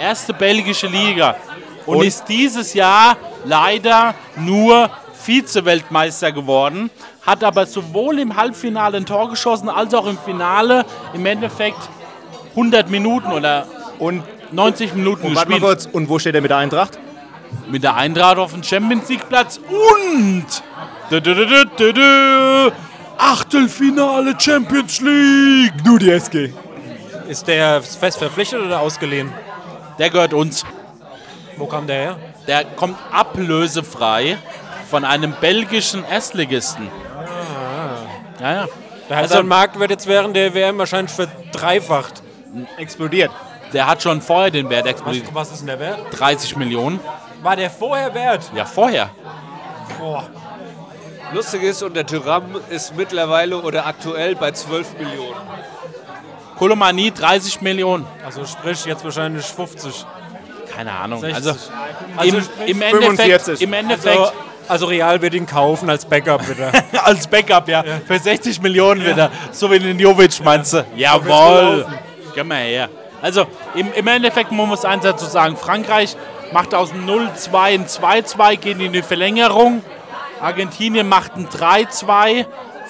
Speaker 2: Erste belgische Liga. Und,
Speaker 1: Und?
Speaker 2: ist dieses Jahr leider nur Vize-Weltmeister geworden. Hat aber sowohl im Halbfinale ein Tor geschossen, als auch im Finale im Endeffekt 100 Minuten oder
Speaker 1: Und
Speaker 2: 90 Minuten
Speaker 1: warte mal
Speaker 2: gespielt
Speaker 1: kurz, und wo steht er mit der Eintracht?
Speaker 2: mit der Eintracht auf dem Champions League Platz und dü- dü- dü- dü- dü- dü. Achtelfinale Champions League.
Speaker 1: Du die SG.
Speaker 4: Ist der fest verpflichtet oder ausgeliehen?
Speaker 2: Der gehört uns.
Speaker 4: Wo kam der her?
Speaker 2: Der kommt ablösefrei von einem belgischen Erstligisten. Ja, ja.
Speaker 4: Der also ein Marktwert jetzt während der WM wahrscheinlich verdreifacht.
Speaker 1: Explodiert.
Speaker 2: Der hat schon vorher den Wert explodiert.
Speaker 4: Was ist denn der Wert?
Speaker 2: 30 Millionen.
Speaker 4: War der vorher wert?
Speaker 2: Ja, vorher.
Speaker 3: Lustig ist, und der Tyram ist mittlerweile oder aktuell bei 12 Millionen.
Speaker 2: Kolomani 30 Millionen.
Speaker 4: Also sprich jetzt wahrscheinlich 50.
Speaker 2: Keine Ahnung.
Speaker 4: 60.
Speaker 2: Also
Speaker 4: Also
Speaker 2: im,
Speaker 4: sprich-
Speaker 2: im Endeffekt,
Speaker 1: 45.
Speaker 2: im Endeffekt
Speaker 4: Also, also Real wird ihn kaufen als Backup wieder.
Speaker 2: Als Backup, ja. Für 60 Millionen wieder. So wie den Jovic, meinst du? Jawohl. Komm mal her. Also, im, im Endeffekt, man muss eins dazu sagen: Frankreich macht aus dem 0-2 ein 2-2, geht in die Verlängerung. Argentinien macht ein 3-2.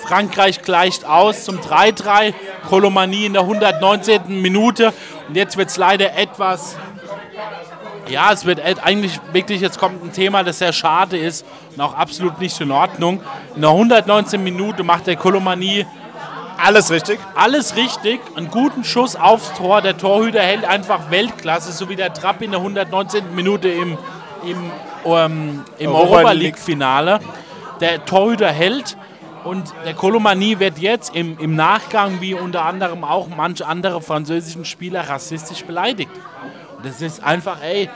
Speaker 2: Frankreich gleicht aus zum 3-3. Kolomanie in der 119. Minute. Und jetzt wird es leider etwas ja, es wird et- eigentlich wirklich, jetzt kommt ein Thema, das sehr schade ist und auch absolut nicht in Ordnung. In der 119 Minute macht der Kolomanie
Speaker 1: Alles richtig.
Speaker 2: alles richtig, einen guten Schuss aufs Tor. Der Torhüter hält einfach Weltklasse, so wie der Trapp in der 119. Minute im, im, ähm, im
Speaker 1: Europa
Speaker 2: Europa
Speaker 1: League.
Speaker 2: League-Finale. Der Torhüter hält und der Kolomani wird jetzt im, im Nachgang, wie unter anderem auch manche andere französischen Spieler, rassistisch beleidigt. Und das ist einfach, ey,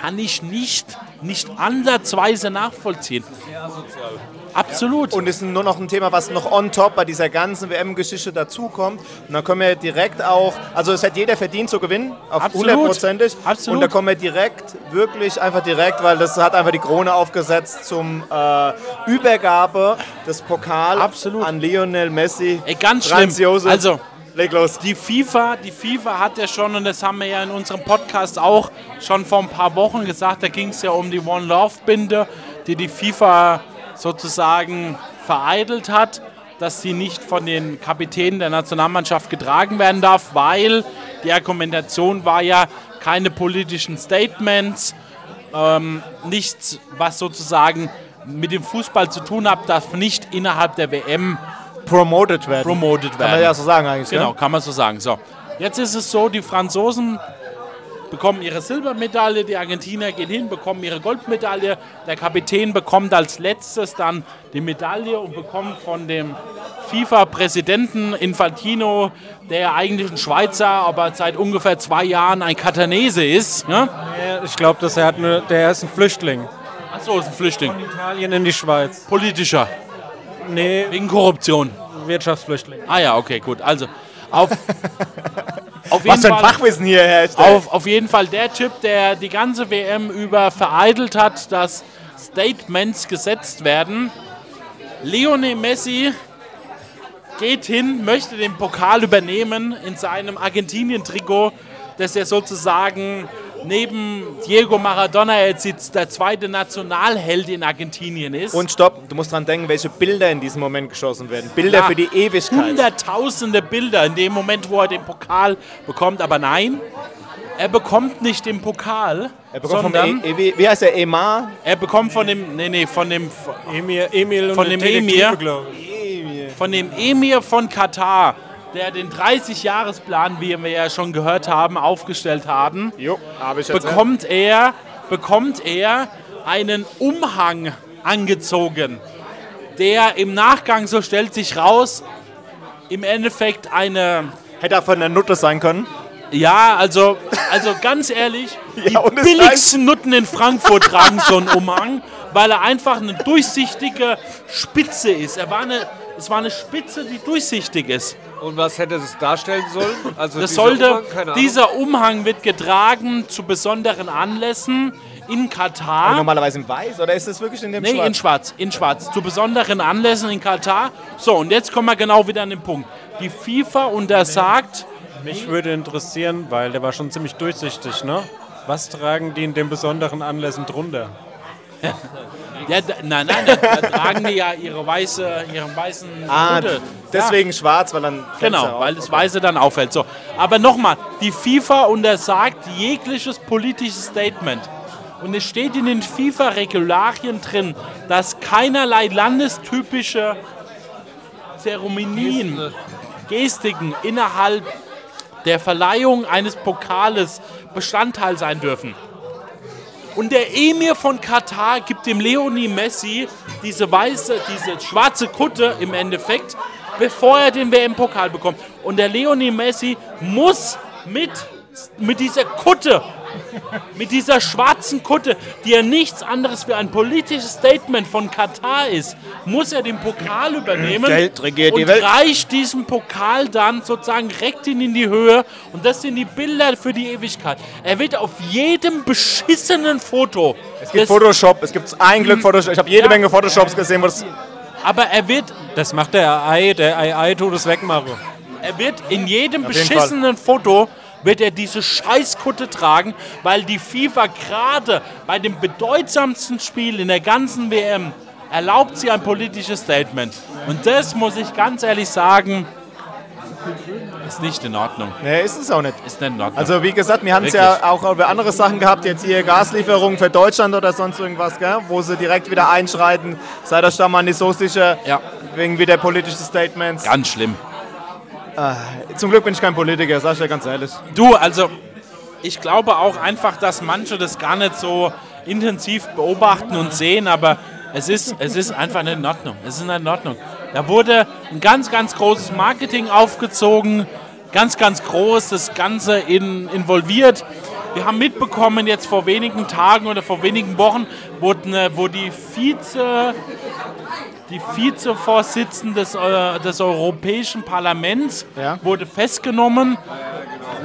Speaker 2: kann ich nicht, nicht ansatzweise nachvollziehen. Absolut.
Speaker 1: Und ist nur noch ein Thema, was noch on top bei dieser ganzen WM-Geschichte dazukommt. Und dann können wir direkt auch, also es hat jeder verdient zu gewinnen, auf
Speaker 2: Absolut.
Speaker 1: hundertprozentig.
Speaker 2: Absolut.
Speaker 1: Und da kommen wir direkt, wirklich einfach direkt, weil das hat einfach die Krone aufgesetzt zum äh, Übergabe des Pokal
Speaker 2: Absolut.
Speaker 1: an Lionel Messi.
Speaker 2: Ey, ganz
Speaker 1: Franz
Speaker 2: schlimm.
Speaker 1: Josef.
Speaker 2: Also,
Speaker 1: Leg los.
Speaker 2: Die FIFA, die FIFA hat ja schon, und das haben wir ja in unserem Podcast auch schon vor ein paar Wochen gesagt, da ging es ja um die One Love Binde, die die FIFA sozusagen vereitelt hat, dass sie nicht von den Kapitänen der Nationalmannschaft getragen werden darf, weil die Argumentation war ja keine politischen Statements, ähm, nichts, was sozusagen mit dem Fußball zu tun hat, darf nicht innerhalb der WM
Speaker 1: Promoted werden.
Speaker 2: promotet werden.
Speaker 1: Kann man ja so sagen eigentlich.
Speaker 2: Genau,
Speaker 1: Ne?
Speaker 2: kann man so sagen. So, jetzt ist es so, die Franzosen bekommen ihre Silbermedaille, die Argentinier gehen hin, bekommen ihre Goldmedaille, der Kapitän bekommt als letztes dann die Medaille und bekommt von dem FIFA-Präsidenten Infantino, der ja eigentlich ein Schweizer, aber seit ungefähr zwei Jahren ein Katanese ist. Ne?
Speaker 4: Ja, ich glaube, das hat eine, der ist ein Flüchtling.
Speaker 2: Achso, ist ein Flüchtling.
Speaker 4: Italien in die Schweiz.
Speaker 2: Politischer,
Speaker 4: Nee,
Speaker 2: wegen Korruption.
Speaker 4: Wirtschaftsflüchtling.
Speaker 2: Ah ja, okay, gut. Also, auf, auf jeden
Speaker 1: Was für ein
Speaker 2: Fall-
Speaker 1: Fachwissen hier herrscht. ey.
Speaker 2: Auf, auf jeden Fall der Typ, der die ganze WM über vereitelt hat, dass Statements gesetzt werden. Lionel Messi geht hin, möchte den Pokal übernehmen in seinem Argentinien-Trikot, das er sozusagen neben Diego Maradona jetzt jetzt der zweite Nationalheld in Argentinien ist.
Speaker 1: Und stopp, du musst dran denken, welche Bilder in diesem Moment geschossen werden. Bilder
Speaker 2: Ja.
Speaker 1: für die Ewigkeit.
Speaker 2: hunderttausende Bilder in dem Moment, wo er den Pokal bekommt. Aber nein, er bekommt nicht den Pokal,
Speaker 1: Er bekommt vom
Speaker 2: sondern
Speaker 1: e e wie, wie heißt er? Emar?
Speaker 2: er bekommt von dem, nee, nee, von dem,
Speaker 4: Emil, Emil und
Speaker 2: Von
Speaker 4: eine
Speaker 2: dem
Speaker 4: Detektive,
Speaker 2: Emir.
Speaker 4: glaub ich.
Speaker 2: von dem Emir von Katar, der den 30-Jahresplan, wie wir ja schon gehört haben, aufgestellt haben,
Speaker 1: Jo, habe ich
Speaker 2: bekommt er, bekommt er einen Umhang angezogen, der im Nachgang, so stellt sich raus, im Endeffekt eine
Speaker 1: Hätte er von der Nutte sein können.
Speaker 2: Ja, also, also ganz ehrlich, die
Speaker 1: Ja, und es
Speaker 2: billigsten Nutten in Frankfurt tragen so einen Umhang, weil er einfach eine durchsichtige Spitze ist. Er war eine, es war eine Spitze, die durchsichtig ist.
Speaker 3: Und was hätte es darstellen sollen? Also
Speaker 2: Das
Speaker 3: dieser
Speaker 2: sollte,
Speaker 3: Umhang, keine Ahnung.
Speaker 2: dieser Umhang wird getragen zu besonderen Anlässen in Katar.
Speaker 1: Normalerweise in weiß oder ist das wirklich in dem
Speaker 2: Nee, in
Speaker 1: Schwarz?
Speaker 2: Schwarz, in Schwarz. Zu besonderen Anlässen in Katar. So, und jetzt kommen wir genau wieder an den Punkt. Die FIFA untersagt,
Speaker 4: Mich würde interessieren, weil der war schon ziemlich durchsichtig, ne? Was tragen die in den besonderen Anlässen drunter?
Speaker 2: ja, da, nein, nein, da, da tragen die ja ihre weiße, ihren weißen
Speaker 1: Ah,
Speaker 2: Hüte.
Speaker 1: deswegen schwarz, weil dann. fällt's ja
Speaker 2: Genau,
Speaker 1: auf.
Speaker 2: weil das Weiße dann auffällt. So. Aber nochmal, die FIFA untersagt jegliches politisches Statement. Und es steht in den FIFA-Regularien drin, dass keinerlei landestypische Zeremonien, Gestiken innerhalb der Verleihung eines Pokales Bestandteil sein dürfen. Und der Emir von Katar gibt dem Leonie Messi diese weiße, diese schwarze Kutte im Endeffekt, bevor er den WM-Pokal bekommt. Und der Leonie Messi muss mit, mit dieser Kutte, mit dieser schwarzen Kutte, die ja nichts anderes wie ein politisches Statement von Katar ist, muss er den Pokal übernehmen
Speaker 1: Geld regiert
Speaker 2: und
Speaker 1: die Welt.
Speaker 2: reicht diesen Pokal dann sozusagen reckt ihn in die Höhe und das sind die Bilder für die Ewigkeit. Er wird auf jedem beschissenen Foto,
Speaker 1: Es gibt
Speaker 2: das-
Speaker 1: Photoshop, es gibt ein
Speaker 2: Mhm.
Speaker 1: Glück Photoshop. Ich habe jede Menge Photoshops gesehen, wo das.
Speaker 2: aber er wird,
Speaker 4: Das macht der AI, der AI tut es wegmachen.
Speaker 2: er wird in jedem
Speaker 1: jeden
Speaker 2: beschissenen Foto wird er diese Scheißkutte tragen, weil die FIFA gerade bei dem bedeutsamsten Spiel in der ganzen WM erlaubt sie ein politisches Statement. Und das muss ich ganz ehrlich sagen, ist nicht in Ordnung.
Speaker 1: Nee, ist es auch nicht.
Speaker 2: Ist nicht in Ordnung.
Speaker 1: Also wie gesagt, wir haben es
Speaker 2: Wirklich.
Speaker 1: ja auch über andere Sachen gehabt, jetzt hier Gaslieferungen für Deutschland oder sonst irgendwas, gell? wo sie direkt wieder einschreiten, seid euch da mal nicht so sicher,
Speaker 2: Ja.
Speaker 1: wegen wieder politische Statements.
Speaker 2: ganz schlimm.
Speaker 1: Zum Glück bin ich kein Politiker, sag ich ja ganz ehrlich.
Speaker 2: Du, also ich glaube auch einfach, dass manche das gar nicht so intensiv beobachten und sehen, aber es ist, es ist einfach nicht in Ordnung. Es ist nicht in Ordnung. Da wurde ein ganz, ganz großes Marketing aufgezogen, ganz, ganz groß, das Ganze in, involviert. Wir haben mitbekommen, jetzt vor wenigen Tagen oder vor wenigen Wochen, wurde eine, wo die Vize, die Vizevorsitzende des, äh, des Europäischen Parlaments
Speaker 1: Ja.
Speaker 2: wurde festgenommen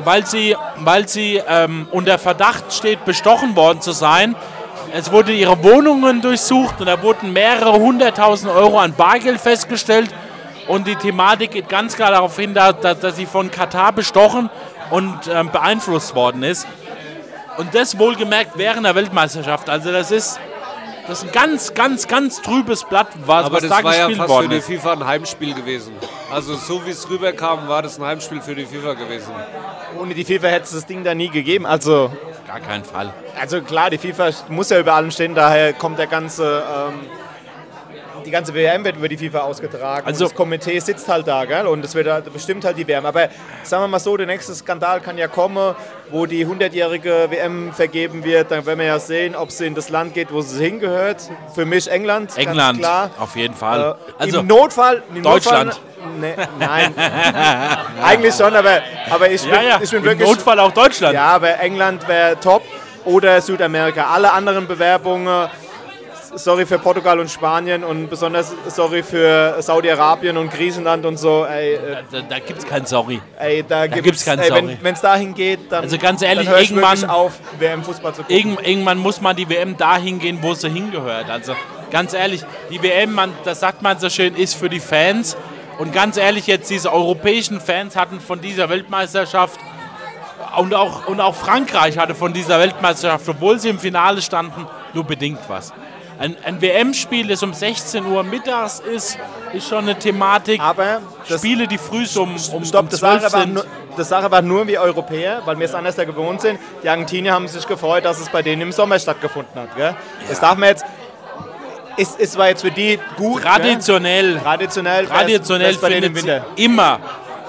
Speaker 2: weil sie, weil sie ähm, unter Verdacht steht, bestochen worden zu sein. Es wurde ihre Wohnungen durchsucht und da wurden mehrere hunderttausend Euro an Bargeld festgestellt. Und die Thematik geht ganz klar darauf hin, da- da- dass sie von Katar bestochen und ähm, beeinflusst worden ist. Und das wohlgemerkt während der Weltmeisterschaft. Also das ist, das ist ein ganz, ganz, ganz trübes Blatt, was,
Speaker 3: Aber
Speaker 2: was
Speaker 3: das
Speaker 2: da
Speaker 3: war ja
Speaker 2: gespielt
Speaker 3: fast für
Speaker 2: worden
Speaker 3: die
Speaker 2: ist.
Speaker 3: FIFA ein Heimspiel gewesen. Also so wie es rüberkam, war das ein Heimspiel für die FIFA gewesen.
Speaker 1: Ohne die FIFA hätte es das Ding da nie gegeben. Also,
Speaker 2: Gar keinen Fall.
Speaker 1: also klar, die FIFA muss ja über allem stehen, daher kommt der ganze, ähm, die ganze WM wird über die FIFA ausgetragen.
Speaker 2: Also-
Speaker 1: und das Komitee sitzt halt da, gell? Und es wird halt bestimmt halt die WM. Aber sagen wir mal so, der nächste Skandal kann ja kommen, wo die 100-jährige WM vergeben wird. Dann werden wir ja sehen, ob sie in das Land geht, wo sie hingehört. Für mich England, ganz
Speaker 2: England,
Speaker 1: klar.
Speaker 2: auf jeden Fall.
Speaker 1: Äh,
Speaker 2: also,
Speaker 1: Im Notfall. Im
Speaker 2: Deutschland.
Speaker 1: Notfall, nee, nein. Eigentlich schon, aber, aber ich, bin,
Speaker 2: ja, ja,
Speaker 1: ich bin
Speaker 2: im
Speaker 1: wirklich.
Speaker 2: Notfall auch Deutschland.
Speaker 1: Ja, aber England wäre top oder Südamerika. Alle anderen Bewerbungen, sorry für Portugal und Spanien und besonders sorry für Saudi-Arabien und Griechenland und so. Ey, äh,
Speaker 2: Da, da gibt es kein Sorry.
Speaker 1: ey da,
Speaker 2: gibt's kein
Speaker 1: ey,
Speaker 2: Sorry.
Speaker 1: Wenn es dahin geht, dann,
Speaker 2: Also ganz ehrlich,
Speaker 1: dann hör ich
Speaker 2: irgendwann-
Speaker 1: wirklich auf, WM-Fußball zu gucken.
Speaker 2: Irgend, irgendwann muss man die WM dahin gehen, wo sie hingehört. Also ganz ehrlich, die WM, man, das sagt man so schön, ist für die Fans. Und ganz ehrlich, jetzt diese europäischen Fans hatten von dieser Weltmeisterschaft und auch, und auch Frankreich hatte von dieser Weltmeisterschaft, obwohl sie im Finale standen, nur bedingt was. Ein, ein WM-Spiel, das um 16 Uhr mittags ist, ist schon eine Thematik.
Speaker 1: Aber das,
Speaker 2: Spiele, die früh um, um,
Speaker 1: Stopp,
Speaker 2: um
Speaker 1: das
Speaker 2: 12
Speaker 1: Sache, war
Speaker 2: sind.
Speaker 1: nur, das Sache war nur wir Europäer, weil wir es anders ja gewohnt sind. Die Argentinier haben sich gefreut, dass es bei denen im Sommer stattgefunden hat. Gell? Das darf man jetzt. Es, es war jetzt für die gut. ne? Gell?
Speaker 2: Traditionell,
Speaker 1: Traditionell. wär's-
Speaker 2: traditionell
Speaker 1: wär's bei denen
Speaker 2: findet
Speaker 1: im Winter.
Speaker 2: sie immer,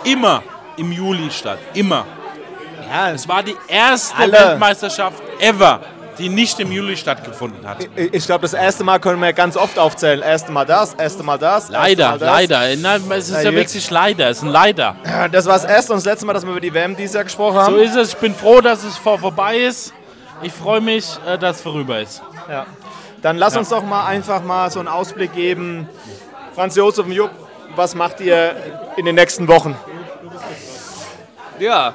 Speaker 2: immer im Juli statt. Immer.
Speaker 1: Ja,
Speaker 2: Es war die erste
Speaker 1: Alle.
Speaker 2: Weltmeisterschaft ever, die nicht im Juli stattgefunden hat.
Speaker 1: ich ich glaube, das erste Mal können wir ganz oft aufzählen. Erste Mal das, erste Mal das. erste
Speaker 2: Leider,
Speaker 1: Mal das.
Speaker 2: leider. Nein, es ist
Speaker 1: Na
Speaker 2: ja
Speaker 1: gut.
Speaker 2: wirklich leider. Es ist ein Leider.
Speaker 1: Das war das erste und das letzte Mal, dass wir über die WM dieses Jahr gesprochen haben.
Speaker 2: So ist es. Ich bin froh, dass es vor vorbei ist. Ich freue mich, äh, dass es vorüber ist.
Speaker 1: Ja. Dann lass uns doch mal einfach mal so einen Ausblick geben. Franz Josef und Jupp, was macht ihr in den nächsten Wochen?
Speaker 3: Ja,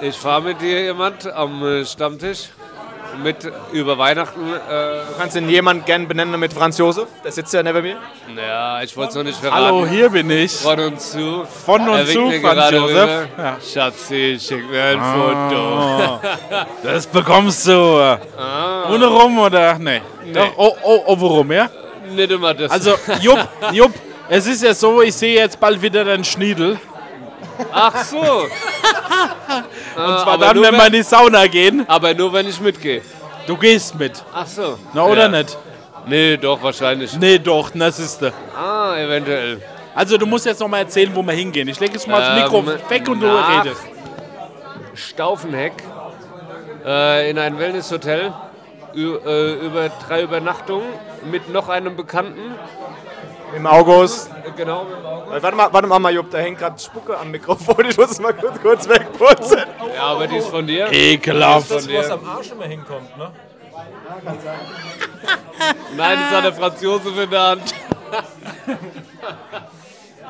Speaker 3: ich fahre mit dir jemand am äh, Stammtisch mit über Weihnachten. Äh,
Speaker 1: Du kannst den jemand gern benennen mit Franz Josef. Der sitzt ja neben mir.
Speaker 3: ja, ich wollte es noch nicht verraten.
Speaker 2: Hallo, hier bin ich.
Speaker 3: Von und zu.
Speaker 2: Von und
Speaker 3: Er winkt
Speaker 2: zu,
Speaker 3: mir
Speaker 2: Franz
Speaker 3: gerade
Speaker 2: Josef. Ah.
Speaker 3: rüber.
Speaker 2: Ja.
Speaker 3: Schatzi, schick mir ein Foto.
Speaker 2: Das bekommst du. äh, Ohne rum oder? Nee. Doch, oh, oh, oh, rum, ja?
Speaker 3: Nicht immer das.
Speaker 2: Also, Jupp, Jupp, es ist ja so, ich sehe jetzt bald wieder deinen Schniedel.
Speaker 3: Ach so. Ah, Und zwar
Speaker 2: Aber dann, wenn wir in die Sauna gehen,
Speaker 3: aber nur, wenn ich mitgehe.
Speaker 2: du gehst mit.
Speaker 3: Ach so.
Speaker 2: Na, oder
Speaker 3: Ja.
Speaker 2: nicht?
Speaker 3: Nee, doch, wahrscheinlich.
Speaker 2: Nee, doch, das ist der.
Speaker 3: Ah, eventuell.
Speaker 2: Also, du musst jetzt nochmal erzählen, wo wir hingehen. Ich lege jetzt mal das Mikro
Speaker 3: Ähm,
Speaker 2: weg und du
Speaker 3: nach
Speaker 2: redest.
Speaker 3: Staufenheck äh, in ein Wellnesshotel ü- äh, über drei Übernachtungen mit noch einem Bekannten.
Speaker 1: Im August.
Speaker 3: Äh, Genau. mit dem Auge.
Speaker 1: Äh, Warte mal, warte mal, Jupp, da hängt gerade Spucke am Mikrofon. Ich muss es mal kurz, kurz wegputzen.
Speaker 3: Ja, aber die ist von dir.
Speaker 2: Ekelhaft.
Speaker 3: Von dir.
Speaker 4: am Arsch immer hinkommt, ne?
Speaker 3: Nein, das hat der Franz Josef in der Hand.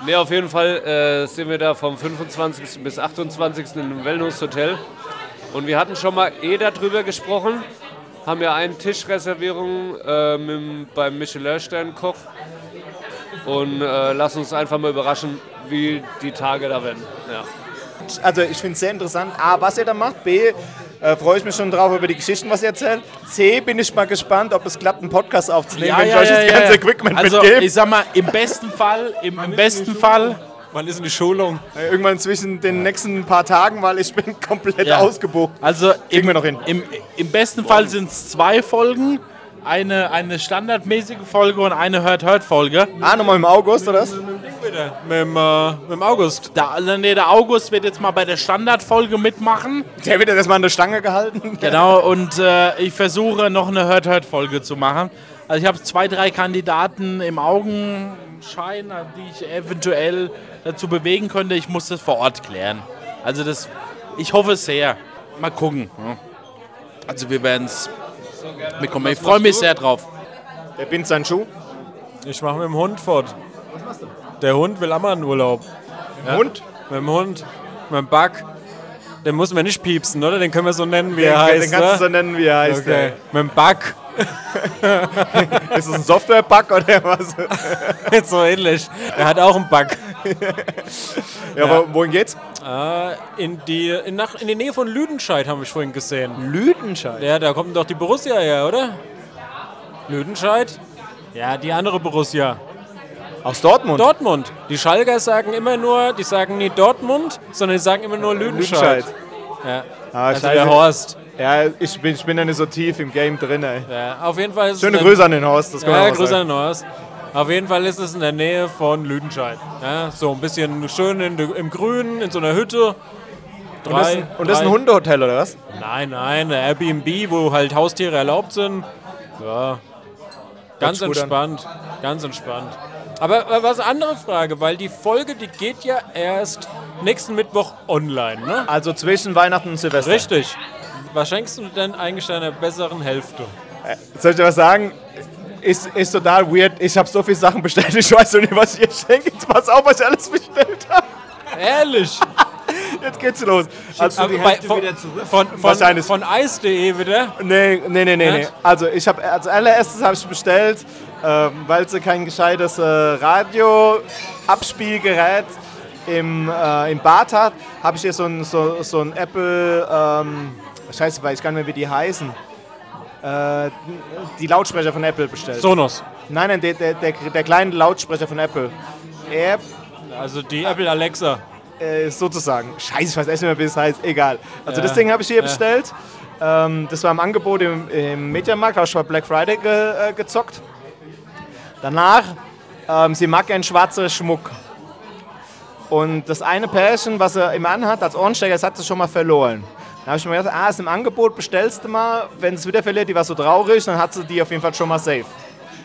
Speaker 3: Ne, auf jeden Fall äh, sind wir da vom 25. bis 28. in einem Wellnesshotel. Und wir hatten schon mal eh darüber gesprochen, haben ja einen Tischreservierung äh, mit, dem- beim Michelin-Stern-Koch und äh, lassen uns einfach mal überraschen, wie die Tage da werden. Ja.
Speaker 1: Also ich finde es sehr interessant, A, was ihr da macht, B, äh, freue ich mich schon drauf über die Geschichten, was ihr erzählt. C, bin ich mal gespannt, ob es klappt, einen Podcast aufzunehmen, wenn ich euch das ganze Equipment
Speaker 2: Also,
Speaker 1: mitgebe.
Speaker 2: ich sag mal, im besten Fall, im, im besten Fall,
Speaker 4: Wann ist denn die Schulung?
Speaker 1: Äh, Irgendwann zwischen den nächsten paar Tagen, weil ich bin komplett
Speaker 2: Ja.
Speaker 1: ausgebucht.
Speaker 2: also
Speaker 1: Kriegen
Speaker 2: im,
Speaker 1: wir noch hin.
Speaker 2: Im, im besten Fall sind es zwei Folgen. Eine, eine standardmäßige Folge und eine Hört-Hört-Folge.
Speaker 1: Ah, nochmal im August, oder was?
Speaker 4: Wieder. Mit dem, äh, mit dem August.
Speaker 2: Da, also, nee, der August wird jetzt mal bei der Standardfolge mitmachen.
Speaker 1: Der wird ja erstmal an der Stange gehalten.
Speaker 2: Genau, und äh, ich versuche noch eine Hört-Hört-Folge zu machen. Also ich habe zwei, drei Kandidaten im Augenschein, die ich eventuell dazu bewegen könnte. Ich muss das vor Ort klären. Also das, ich hoffe es sehr. Mal gucken. ja. Also wir werden es bekommen. Ich freue mich sehr drauf.
Speaker 1: Der bindet seinen Schuh.
Speaker 4: Ich mache mit dem Hund fort. Der Hund will auch mal einen Urlaub.
Speaker 1: Hund?
Speaker 4: Mit dem Hund, mit dem Bug. Den müssen wir nicht piepsen, oder? Den können wir so nennen, wie
Speaker 1: Den,
Speaker 4: er heißt.
Speaker 1: den kannst du so
Speaker 4: ne?
Speaker 1: nennen, wie er heißt.
Speaker 4: okay. Mit dem Bug.
Speaker 1: ja. Ist das ein Software-Bug oder was? ja,
Speaker 4: so ähnlich. Er hat auch einen Bug.
Speaker 1: Aber wohin geht's?
Speaker 4: In die, in, nach, in die Nähe von Lüdenscheid haben wir vorhin gesehen.
Speaker 1: Lüdenscheid.
Speaker 4: Ja, da kommt doch die Borussia her, oder? Lüdenscheid? Ja, die andere Borussia.
Speaker 1: Aus Dortmund?
Speaker 4: Dortmund. Die Schalker sagen immer nur, die sagen nie Dortmund, sondern die sagen immer nur
Speaker 1: Lüdenscheid.
Speaker 4: Lüdenscheid. Ja.
Speaker 1: Ah,
Speaker 4: Also
Speaker 1: scheiße.
Speaker 4: der Horst.
Speaker 1: Ja, ich bin, ich bin ja nicht so tief im Game drin, ey.
Speaker 4: Ja, auf jeden Fall ist
Speaker 1: Schöne
Speaker 4: es
Speaker 1: Grüße an den Horst. Das kann man
Speaker 4: Ja,
Speaker 1: auch
Speaker 4: Grüße
Speaker 1: sagen.
Speaker 4: an den Horst. Auf jeden Fall ist es in der Nähe von Lüdenscheid. Ja, so ein bisschen schön in, de- im Grünen, in so einer Hütte. Drei,
Speaker 1: Und das, ist ein- und das ist ein
Speaker 4: drei-
Speaker 1: Hundehotel, oder was?
Speaker 4: Nein, nein, ein Airbnb, wo halt Haustiere erlaubt sind. Ja, ganz
Speaker 1: Hört sich gut
Speaker 4: entspannt, ganz entspannt. Aber äh, was andere Frage, weil die Folge, die geht ja erst nächsten Mittwoch online, ne?
Speaker 1: Also zwischen Weihnachten und Silvester.
Speaker 4: Richtig. Was schenkst du denn eigentlich deiner besseren Hälfte?
Speaker 1: Soll ich dir was sagen? Ist, ist total weird. Ich habe so viele Sachen bestellt, ich weiß noch nicht, was ich ihr schenke. Jetzt pass auf, was ich alles bestellt habe.
Speaker 4: Ehrlich?
Speaker 1: Jetzt geht's los. Also,
Speaker 4: Aber bei, von, von, von,
Speaker 1: Wahrscheinlich.
Speaker 4: von Eis.de wieder.
Speaker 1: nee, nee, nee, nee, nee.
Speaker 4: Nicht?
Speaker 1: Also ich habe als allererstes habe ich bestellt, ähm, weil sie kein gescheites äh, Radio-Abspielgerät im, äh, im Bad hat, habe ich ihr so ein, so, so ein Apple, ähm, scheiße, weiß ich gar nicht mehr, wie die heißen. Äh, die Lautsprecher von Apple bestellt.
Speaker 4: Sonos.
Speaker 1: Nein, nein, der, der, der, der kleine Lautsprecher von Apple. App,
Speaker 4: Also die Apple Alexa.
Speaker 1: äh, sozusagen. Scheiße, ich weiß echt nicht mehr, wie es heißt. Egal. Also das Ding habe ich hier bestellt. Ähm, das war im Angebot im, im Mediamarkt, habe ich bei Black Friday ge, äh, gezockt. Danach, ähm, sie mag einen schwarzen Schmuck. Und das eine Pärchen, was sie immer anhat, als Ohrenstecker, das hat sie schon mal verloren. Da habe ich mir gedacht, ah, ist im Angebot, bestellst du mal. Wenn sie es wieder verliert, die war so traurig, dann hat sie die auf jeden Fall schon mal safe.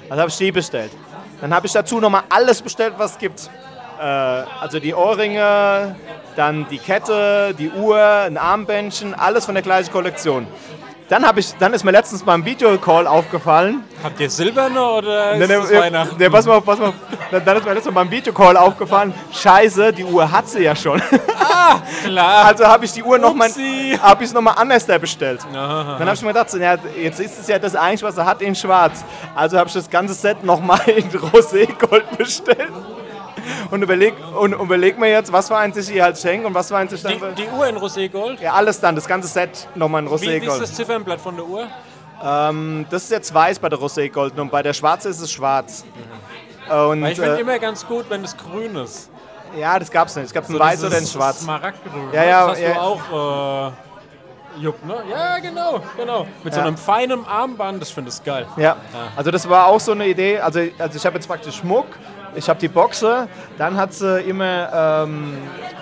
Speaker 1: Also habe ich die bestellt. Dann habe ich dazu nochmal alles bestellt, was es gibt. Äh, also die Ohrringe, dann die Kette, die Uhr, ein Armbändchen, alles von der gleichen Kollektion. Dann, habe ich, dann ist mir letztens beim Videocall aufgefallen,
Speaker 4: Habt ihr silberne oder ist
Speaker 1: Nee,
Speaker 4: das
Speaker 1: nee, nee,
Speaker 4: Weihnachten?
Speaker 1: nee, pass mal auf, pass mal auf. Dann, dann ist mir letztes Mal beim Videocall aufgefallen, scheiße, die Uhr hat sie ja schon.
Speaker 4: Klar.
Speaker 1: Also habe ich die Uhr nochmal
Speaker 4: Upsi.
Speaker 1: hab ich's noch mal anders da bestellt. Dann habe ich mir gedacht, so, ja, jetzt ist es ja das eigentlich, was er hat, in schwarz. Also habe ich das ganze Set nochmal in Rosé-Gold bestellt. Und überleg, und überleg mir jetzt, was für eins ich ihr halt schenke und was für eins ich dann...
Speaker 4: Die, die Uhr in Roségold.
Speaker 1: ja, alles dann, das ganze Set nochmal in
Speaker 4: Wie, wie ist das
Speaker 1: Rosé-Gold.
Speaker 4: Ziffernblatt von der Uhr?
Speaker 1: Das ist jetzt weiß bei der Rosé-Gold und bei der schwarze ist es schwarz. Und,
Speaker 4: Weil ich finde
Speaker 1: äh,
Speaker 4: immer ganz gut, wenn es grün ist.
Speaker 1: ja, das gab's nicht. Es gab ein weiß oder ein
Speaker 4: Dieses
Speaker 1: schwarz.
Speaker 4: Smaragdgrün.
Speaker 1: Ja, ja,
Speaker 4: Das hast
Speaker 1: ja.
Speaker 4: du auch, äh, Jupp, ne? Ja, genau, genau. Mit so
Speaker 1: Ja.
Speaker 4: einem feinen Armband, das finde ich geil.
Speaker 1: Ja, also das war auch so eine Idee. Also, also ich habe jetzt praktisch Schmuck, ich habe die Boxe, dann hat sie immer ähm,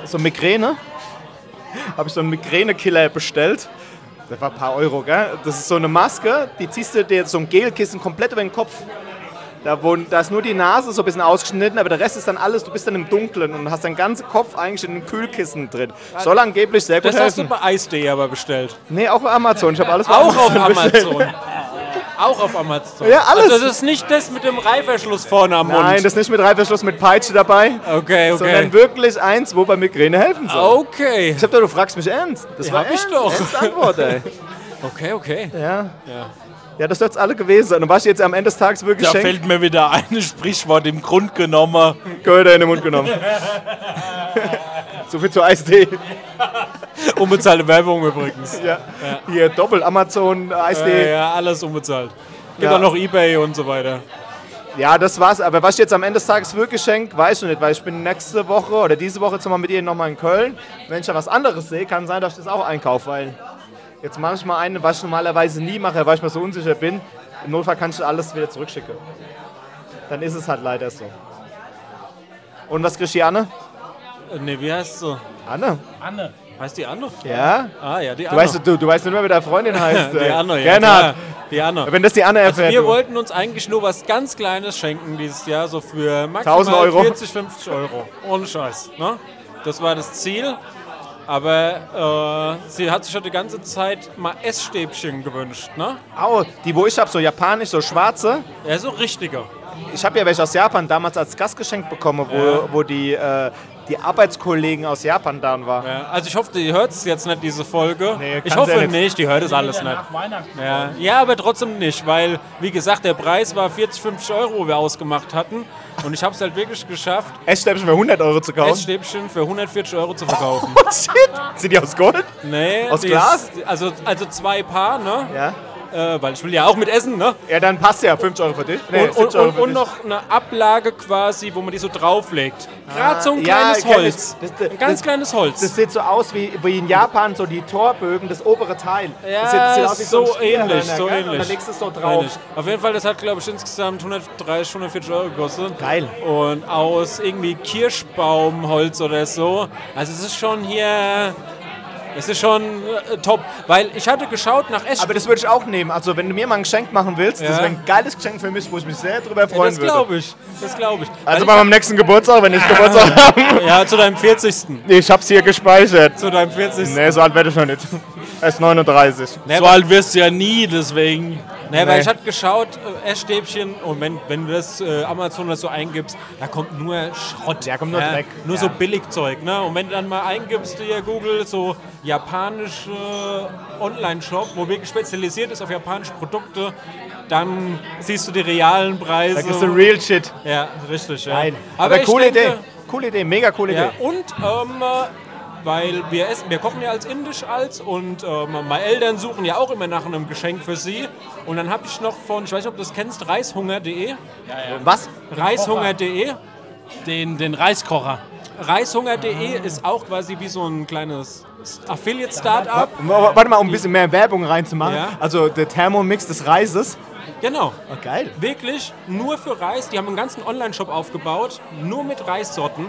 Speaker 1: so Migräne. Habe ich so einen Migränekiller bestellt. Das war ein paar Euro, gell? Das ist so eine Maske, die ziehst du dir so ein Gelkissen komplett über den Kopf. Da, wo, da ist nur die Nase so ein bisschen ausgeschnitten, aber der Rest ist dann alles, du bist dann im Dunkeln und hast deinen ganzen Kopf eigentlich in einem Kühlkissen drin. Soll angeblich sehr gut
Speaker 4: Das hast du
Speaker 1: helfen.
Speaker 4: bei Eis.de aber bestellt.
Speaker 1: Nee, auch auf Amazon. Ich habe alles bei
Speaker 4: Auch auf
Speaker 1: Amazon bestellt.
Speaker 4: Amazon. Auch auf Amazon.
Speaker 1: Ja, alles.
Speaker 4: Also das ist nicht das mit dem Reiferschluss vorne am Mund.
Speaker 1: Nein, das ist nicht mit Reißverschluss, mit Peitsche dabei.
Speaker 4: okay, okay.
Speaker 1: sondern wirklich eins, wo bei Migräne helfen soll.
Speaker 4: Okay.
Speaker 1: Ich hab doch, du fragst mich ernst. Das
Speaker 4: Ja,
Speaker 1: war
Speaker 4: hab ich
Speaker 1: ernst,
Speaker 4: doch.
Speaker 1: ernste Antwort, ey.
Speaker 4: Okay, okay.
Speaker 1: Ja. ja. das wird's alle gewesen sein. Und was ich jetzt am Ende des Tages wirklich
Speaker 5: Da
Speaker 1: schenke,
Speaker 5: fällt mir wieder ein Sprichwort im Grund genommen.
Speaker 1: Gehört in den Mund genommen. so viel zu Eisdee.
Speaker 4: Unbezahlte Werbung übrigens.
Speaker 1: Ja. Hier doppelt Amazon,
Speaker 4: Äh,
Speaker 1: Eisdee.
Speaker 4: ja, alles unbezahlt. Gibt
Speaker 1: Ja.
Speaker 4: auch noch Ebay und so weiter.
Speaker 1: Ja, das war's. Aber was ich jetzt am Ende des Tages wirklich schenke, weiß ich noch nicht, weil ich bin nächste Woche oder diese Woche jetzt noch mal mit ihr nochmal in Köln. Wenn ich da was anderes sehe, kann sein, dass ich das auch einkaufe, weil jetzt mache ich mal eine, was ich normalerweise nie mache, weil ich mir so unsicher bin. Im Notfall kann ich alles wieder zurückschicken. Dann ist es halt leider so. Und was kriegt die Anne?
Speaker 4: Äh, Nee, wie heißt sie?
Speaker 1: Anne?
Speaker 4: Heißt die Anno?
Speaker 1: Ja?
Speaker 4: Ah ja, die
Speaker 1: Du
Speaker 4: Anno.
Speaker 1: weißt, du, du äh, weißt nicht mehr, wie deine Freundin heißt.
Speaker 4: die
Speaker 1: ey.
Speaker 4: Anno, ja.
Speaker 1: Gernhard.
Speaker 4: klar. Die Anno.
Speaker 1: Wenn das die Anne erfährt.
Speaker 4: Wir
Speaker 1: du.
Speaker 4: wollten uns eigentlich nur was ganz Kleines schenken dieses Jahr, so für maximal
Speaker 1: 1000 Euro.
Speaker 4: 40, 50 Euro. Ohne Scheiß. Ne? Das war das Ziel. Aber äh, sie hat sich schon die ganze Zeit mal Essstäbchen gewünscht. Ne?
Speaker 1: Au, die, wo ich hab, so japanisch, so schwarze.
Speaker 4: Ja, so richtige.
Speaker 1: Ich habe ja welche aus Japan damals als Gastgeschenk bekommen, wo, wo die, äh, die Arbeitskollegen aus Japan da waren.
Speaker 4: Ja, also ich hoffe, die hört es jetzt nicht, diese Folge.
Speaker 1: Nee,
Speaker 4: ich
Speaker 1: kann's
Speaker 4: hoffe
Speaker 1: ja nicht.
Speaker 4: nicht. die hört es alles nicht. Ja. ja, aber trotzdem nicht, weil, wie gesagt, der Preis war 40, 50 Euro, wo wir ausgemacht hatten. Und ich habe es halt wirklich geschafft,
Speaker 1: Essstäbchen für 100 Euro zu kaufen.
Speaker 4: Essstäbchen für 140 Euro zu verkaufen.
Speaker 1: Oh, shit. Sind die aus Gold?
Speaker 4: Nee,
Speaker 1: Aus
Speaker 4: die
Speaker 1: Glas?
Speaker 4: ist- Also, also zwei Paar, ne?
Speaker 1: Ja.
Speaker 4: Äh, weil ich will ja auch mit essen, ne?
Speaker 1: Ja, dann passt ja. 50 Euro für dich. Nee,
Speaker 4: und, und,
Speaker 1: 70 Euro
Speaker 4: und,
Speaker 1: für
Speaker 4: und
Speaker 1: dich.
Speaker 4: noch eine Ablage quasi, wo man die so drauflegt. Gerade so ein
Speaker 1: Ah, ja,
Speaker 4: kleines
Speaker 1: kenn ich.
Speaker 4: Holz.
Speaker 1: Das- das-
Speaker 4: ein ganz
Speaker 1: das-
Speaker 4: kleines Holz.
Speaker 1: Das sieht so aus wie, wie in Japan, so die Torbögen, das obere Teil. das sieht, das sieht aus wie so, ein Stierhörner,
Speaker 4: ähnlich, so
Speaker 1: gell?
Speaker 4: ähnlich.
Speaker 1: Und dann legst du es so drauf.
Speaker 4: Ähnlich. Auf jeden Fall, das hat, glaube ich, insgesamt 130, 140 Euro gekostet.
Speaker 1: Geil.
Speaker 4: Und aus irgendwie Kirschbaumholz oder so. Also es ist schon hier... Es ist schon äh, top, weil ich hatte geschaut nach Esch.
Speaker 1: Aber das würde ich auch nehmen. Also, wenn du mir mal ein Geschenk machen willst, das
Speaker 4: Ja.
Speaker 1: wäre ein geiles Geschenk für mich, wo ich mich sehr drüber
Speaker 4: Ja,
Speaker 1: freuen
Speaker 4: das
Speaker 1: würde.
Speaker 4: glaube ich. Das glaube ich.
Speaker 1: Also, bei meinem nächsten Geburtstag, wenn ich Geburtstag habe.
Speaker 4: ja, zu deinem 40.
Speaker 1: Ich hab's hier gespeichert.
Speaker 4: Zu deinem 40.
Speaker 1: Nee, so alt werde ich noch nicht. Er ist 39.
Speaker 5: So alt wirst du ja nie, deswegen.
Speaker 4: Naja, weil ich hatte geschaut, äh, Essstäbchen, und wenn, wenn du das äh, Amazon oder so eingibst, da kommt nur Schrott.
Speaker 1: Ja, kommt nur Dreck.
Speaker 4: Nur so
Speaker 1: Ja.
Speaker 4: Billigzeug, ne? Und wenn du dann mal eingibst hier Google so japanische äh, Online-Shop, wo wirklich spezialisiert ist auf japanische Produkte, dann siehst du die realen Preise.
Speaker 1: Da ist real shit.
Speaker 4: Ja, richtig. Ja.
Speaker 1: Nein. Aber,
Speaker 4: ich
Speaker 1: coole
Speaker 4: denke-
Speaker 1: Idee. Coole Idee, mega coole
Speaker 4: Ja,
Speaker 1: Idee.
Speaker 4: und ähm, äh, weil wir essen, wir kochen ja als indisch als und ähm, meine Eltern suchen ja auch immer nach einem Geschenk für sie. Und dann habe ich noch von, ich weiß nicht, ob du das kennst, reishunger.de.
Speaker 1: Was?
Speaker 4: Reishunger.de.
Speaker 2: Den, den Reiskocher.
Speaker 4: Reishunger.de ist auch quasi wie so ein kleines Affiliate-Startup.
Speaker 1: W- w- Warte mal, um ein bisschen mehr Werbung reinzumachen.
Speaker 4: Ja.
Speaker 1: Also der Thermomix des Reises.
Speaker 4: Genau.
Speaker 1: Oh, geil.
Speaker 4: Wirklich nur für Reis. Die haben einen ganzen Online-Shop aufgebaut, nur mit Reissorten.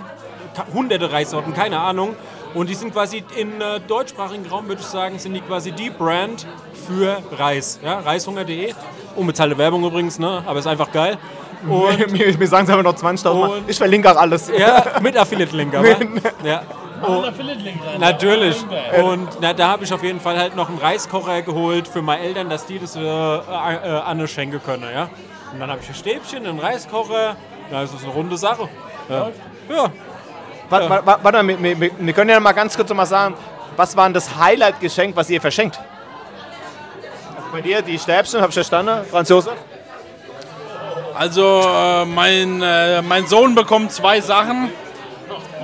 Speaker 4: Ka- Hunderte Reissorten, keine Ahnung. Und die sind quasi in äh, deutschsprachigen Raum, würde ich sagen, sind die quasi die Brand für Reis. Ja, reishunger.de. Unbezahlte Werbung übrigens, ne? aber ist einfach geil. Und
Speaker 1: mir, mir sagen sie aber noch 20.000 Mal.
Speaker 4: Und-
Speaker 1: Ich verlinke auch alles.
Speaker 4: ja, mit Affiliate-Link, aber. ja. Oh, natürlich. Und na, da habe ich auf jeden Fall halt noch einen Reiskocher geholt für meine Eltern, dass die das äh, äh, äh, Anne schenken können, ja. Und dann habe ich ein Stäbchen, einen Reiskocher. Na, das ist eine runde Sache. Ja. ja.
Speaker 1: Warte, warte, warte mal, wir- wir, wir können ja mal ganz kurz noch mal sagen, was war denn das Highlight-Geschenk, was ihr verschenkt? Also bei dir die Stäbchen, hab ich verstanden, Franz Josef.
Speaker 2: Also äh, mein, äh, mein Sohn bekommt zwei Sachen,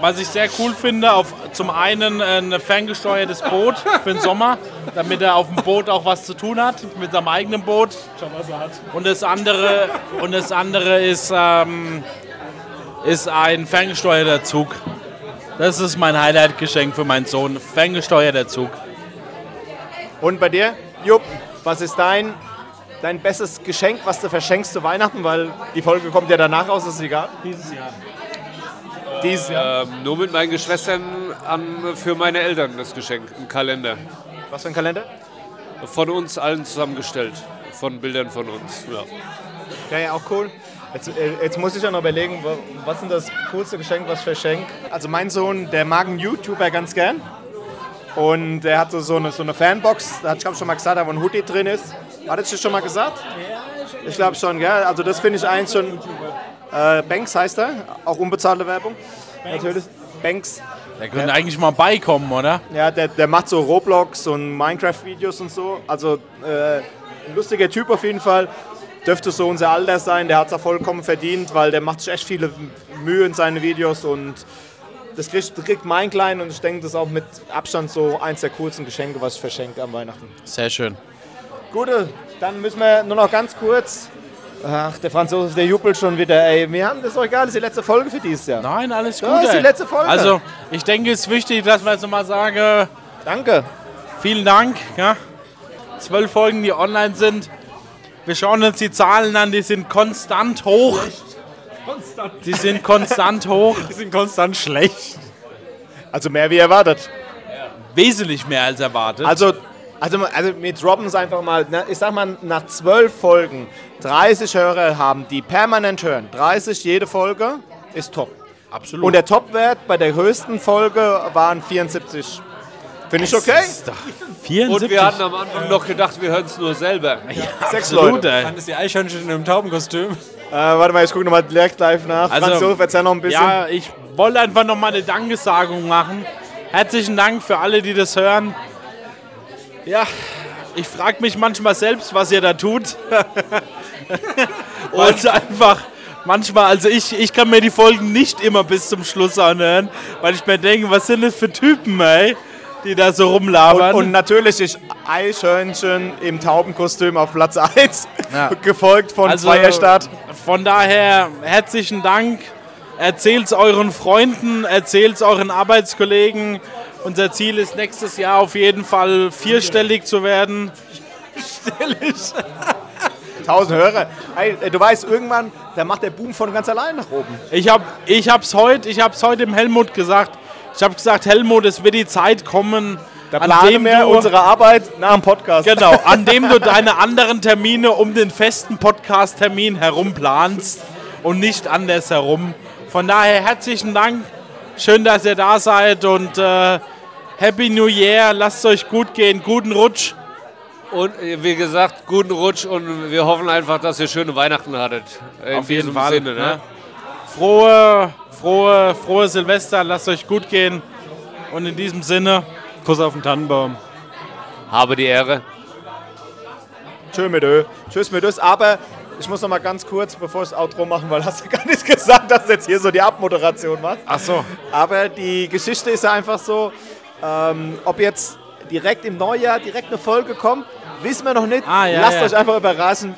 Speaker 2: was ich sehr cool finde. Auf, zum einen äh, ein ferngesteuertes Boot für den Sommer, damit er auf dem Boot auch was zu tun hat, mit seinem eigenen Boot. Und das andere, und das andere ist, ähm, ist ein ferngesteuerter Zug. Das ist mein Highlight-Geschenk für meinen Sohn. Ferngesteuerter Zug.
Speaker 1: Und bei dir? Jupp, was ist dein, dein bestes Geschenk, was du verschenkst zu Weihnachten? Weil die Folge kommt ja danach raus, ist egal. Dieses Jahr.
Speaker 3: Ähm, nur mit meinen Geschwistern an, für meine Eltern das Geschenk, ein Kalender.
Speaker 1: Dieses, was für ein Kalender?
Speaker 3: Von uns allen zusammengestellt, von Bildern von uns. Ja.
Speaker 1: Ja, ja, auch cool. Jetzt, äh, jetzt muss ich ja noch überlegen, wa- was ist das coolste Geschenk, was ich verschenke. Also mein Sohn, der mag einen YouTuber ganz gern. Und der hatte so eine, so eine Fanbox, da hat ich glaube schon mal gesagt, da wo ein Hoodie drin ist. War das schon mal gesagt? Ich glaube schon, gell? Also das finde ich eigentlich schon... Äh, Banks heißt er, auch unbezahlte Werbung. Natürlich. Banks.
Speaker 2: Der könnte eigentlich mal beikommen, oder?
Speaker 1: Ja, der, der macht so Roblox und Minecraft-Videos und so. Also äh, ein lustiger Typ auf jeden Fall. Dürfte so unser Alter sein, der hat es ja vollkommen verdient, weil der macht sich echt viele Mühe in seine Videos und das kriegt, kriegt mein Klein und ich denke, das ist auch mit Abstand so eins der coolsten Geschenke, was ich verschenke am Weihnachten.
Speaker 2: Sehr schön.
Speaker 1: Gute, dann müssen wir nur noch ganz kurz. Ach, der Franzose, der jubelt schon wieder, ey. Wir haben das ist doch egal, das ist die letzte Folge für dieses Jahr.
Speaker 2: Nein, alles gut.
Speaker 1: Das ist die
Speaker 2: ey.
Speaker 1: letzte Folge.
Speaker 2: Also, ich denke, es ist wichtig, dass wir jetzt nochmal sagen,
Speaker 1: Danke.
Speaker 2: Vielen Dank. Ja. Zwölf Folgen, die online sind. Wir schauen uns die Zahlen an, die sind konstant hoch. Die sind konstant hoch.
Speaker 4: Die sind konstant schlecht.
Speaker 1: Also mehr wie erwartet.
Speaker 2: Wesentlich mehr als erwartet.
Speaker 1: Also, also, also wir droppen es einfach mal. Ne? Ich sag mal, nach zwölf Folgen 30 Hörer haben, die permanent hören. 30 jede Folge ist top.
Speaker 2: Absolut.
Speaker 1: Und der Topwert bei der höchsten Folge waren 74. Finde ich okay? Also,
Speaker 3: Und wir hatten am Anfang noch gedacht, wir hören es nur selber.
Speaker 1: Sechs
Speaker 2: Absolut,
Speaker 1: Leute.
Speaker 2: ey.
Speaker 4: Dann ist die Eichhörnchen in einem Taubenkostüm.
Speaker 1: Äh, warte mal, ich gucke nochmal direkt live nach.
Speaker 2: Also-
Speaker 1: Franz Josef, erzähl noch ein bisschen.
Speaker 2: Ja, ich wollte einfach nochmal eine Dankessagung machen. Herzlichen Dank für alle, die das hören. Ja, ich frage mich manchmal selbst, was ihr da tut. Und einfach, manchmal, also ich, ich kann mir die Folgen nicht immer bis zum Schluss anhören, weil ich mir denke, was sind das für Typen, ey, die da so
Speaker 1: und,
Speaker 2: rumlabern.
Speaker 1: und natürlich ist Eichhörnchen im Taubenkostüm auf Platz 1,
Speaker 2: Ja.
Speaker 1: gefolgt von Zweierstadt.
Speaker 2: Also, Von daher herzlichen Dank. Erzählt's euren Freunden, erzählt's euren Arbeitskollegen. Unser Ziel ist nächstes Jahr auf jeden Fall vierstellig zu werden.
Speaker 1: 1000 Hörer. Ey, äh, du weißt, irgendwann, da macht der Boom von ganz allein nach oben.
Speaker 2: Ich hab, ich hab's heute, ich hab's heute dem Helmut gesagt. Ich habe gesagt, Helmut, es wird die Zeit kommen,
Speaker 1: Da planen wir unsere Arbeit nach dem Podcast.
Speaker 2: genau, an dem du deine anderen Termine um den festen Podcast-Termin herum planst und nicht anders herum. Von daher herzlichen Dank. Schön, dass ihr da seid und äh, Happy New Year. Lasst euch gut gehen. Guten Rutsch.
Speaker 3: Und äh, wie gesagt, guten Rutsch und wir hoffen einfach, dass ihr schöne Weihnachten hattet. In
Speaker 2: Auf jeden
Speaker 3: diesem
Speaker 2: Fall,
Speaker 3: Sinne, ne?
Speaker 2: ne? Frohe, frohe, frohe Silvester, lasst euch gut gehen. Und in diesem Sinne,
Speaker 4: Kuss auf den Tannenbaum.
Speaker 3: Habe die Ehre.
Speaker 1: Tschö mit Ö. Tschüss mit Ös. Aber ich muss noch mal ganz kurz, bevor ich das Outro machen, weil hast du gar nicht gesagt, dass du jetzt hier so die Abmoderation machst.
Speaker 2: ach so,
Speaker 1: Aber die Geschichte ist ja einfach so, ähm, ob jetzt direkt im Neujahr direkt eine Folge kommt, wissen wir noch nicht.
Speaker 2: Ah, ja,
Speaker 1: Lasst
Speaker 2: ja.
Speaker 1: euch einfach überraschen.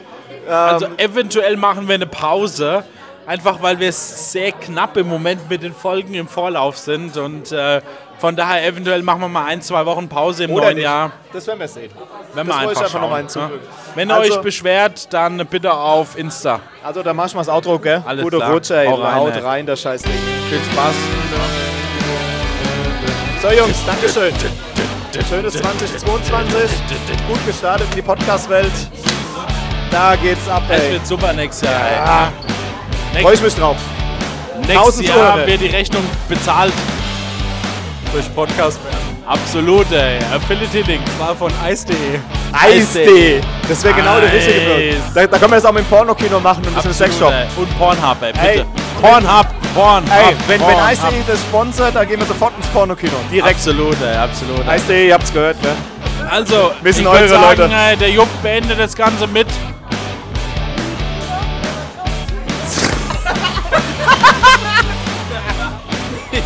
Speaker 2: also
Speaker 1: Ähm,
Speaker 2: eventuell machen wir eine Pause. Einfach weil wir sehr knapp im Moment mit den Folgen im Vorlauf sind. Und äh, von daher eventuell machen wir mal ein, zwei Wochen Pause im
Speaker 1: Oder
Speaker 2: neuen
Speaker 1: nicht.
Speaker 2: Jahr.
Speaker 1: Das werden wir sehen.
Speaker 2: Wenn
Speaker 1: Das
Speaker 2: wir
Speaker 1: wollte ich
Speaker 2: einfach
Speaker 1: einfach
Speaker 2: schauen,
Speaker 1: noch mal
Speaker 2: ne?
Speaker 1: hinzufügen.
Speaker 2: Wenn
Speaker 1: Also-
Speaker 2: ihr euch beschwert, dann bitte auf Insta.
Speaker 1: Also, dann mach ich mal das Outro, gell?
Speaker 2: Alles
Speaker 1: Gute
Speaker 2: klar.
Speaker 1: Rutsche, ey.
Speaker 2: Hau rein,
Speaker 1: Haut
Speaker 2: ey.
Speaker 1: rein, der Scheißding.
Speaker 2: Viel Spaß.
Speaker 1: So, Jungs, Dankeschön. Schönes 2022. Gut gestartet in die Podcast-Welt. Da geht's ab,
Speaker 2: Es
Speaker 1: ey.
Speaker 2: wird super nächstes Jahr. Ey.
Speaker 1: Freue ich mich drauf.
Speaker 2: Nächstes
Speaker 1: 1000
Speaker 2: Jahr
Speaker 1: Euro.
Speaker 2: wird die Rechnung bezahlt.
Speaker 4: Durch Podcast.
Speaker 2: Absolut, ey. Affiliate Link.
Speaker 4: War von ice.de.
Speaker 1: Eisdee. Das wäre genau der richtige
Speaker 2: Eis.
Speaker 1: für. Da, da können wir das auch mit dem Pornokino machen und ein bisschen Sexshop.
Speaker 2: ey. Und Pornhub, ey. Bitte.
Speaker 1: Ey.
Speaker 2: Pornhub. Pornhub.
Speaker 1: Ey, wenn, wenn
Speaker 2: Pornhub.
Speaker 1: Eisdee das sponsert, dann gehen wir sofort ins Pornokino. Direkt.
Speaker 2: Absolut, ey. Absolut. Ey.
Speaker 1: Eisdee, ihr habt's gehört, ne?
Speaker 2: Also,
Speaker 1: Wissen
Speaker 2: ich würd
Speaker 1: eure
Speaker 2: sagen,
Speaker 1: Leute.
Speaker 2: Ey, der Jupp beendet das Ganze mit.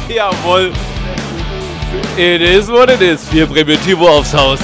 Speaker 3: Jawohl. It is what it is. Wir Primitivo aufs Haus.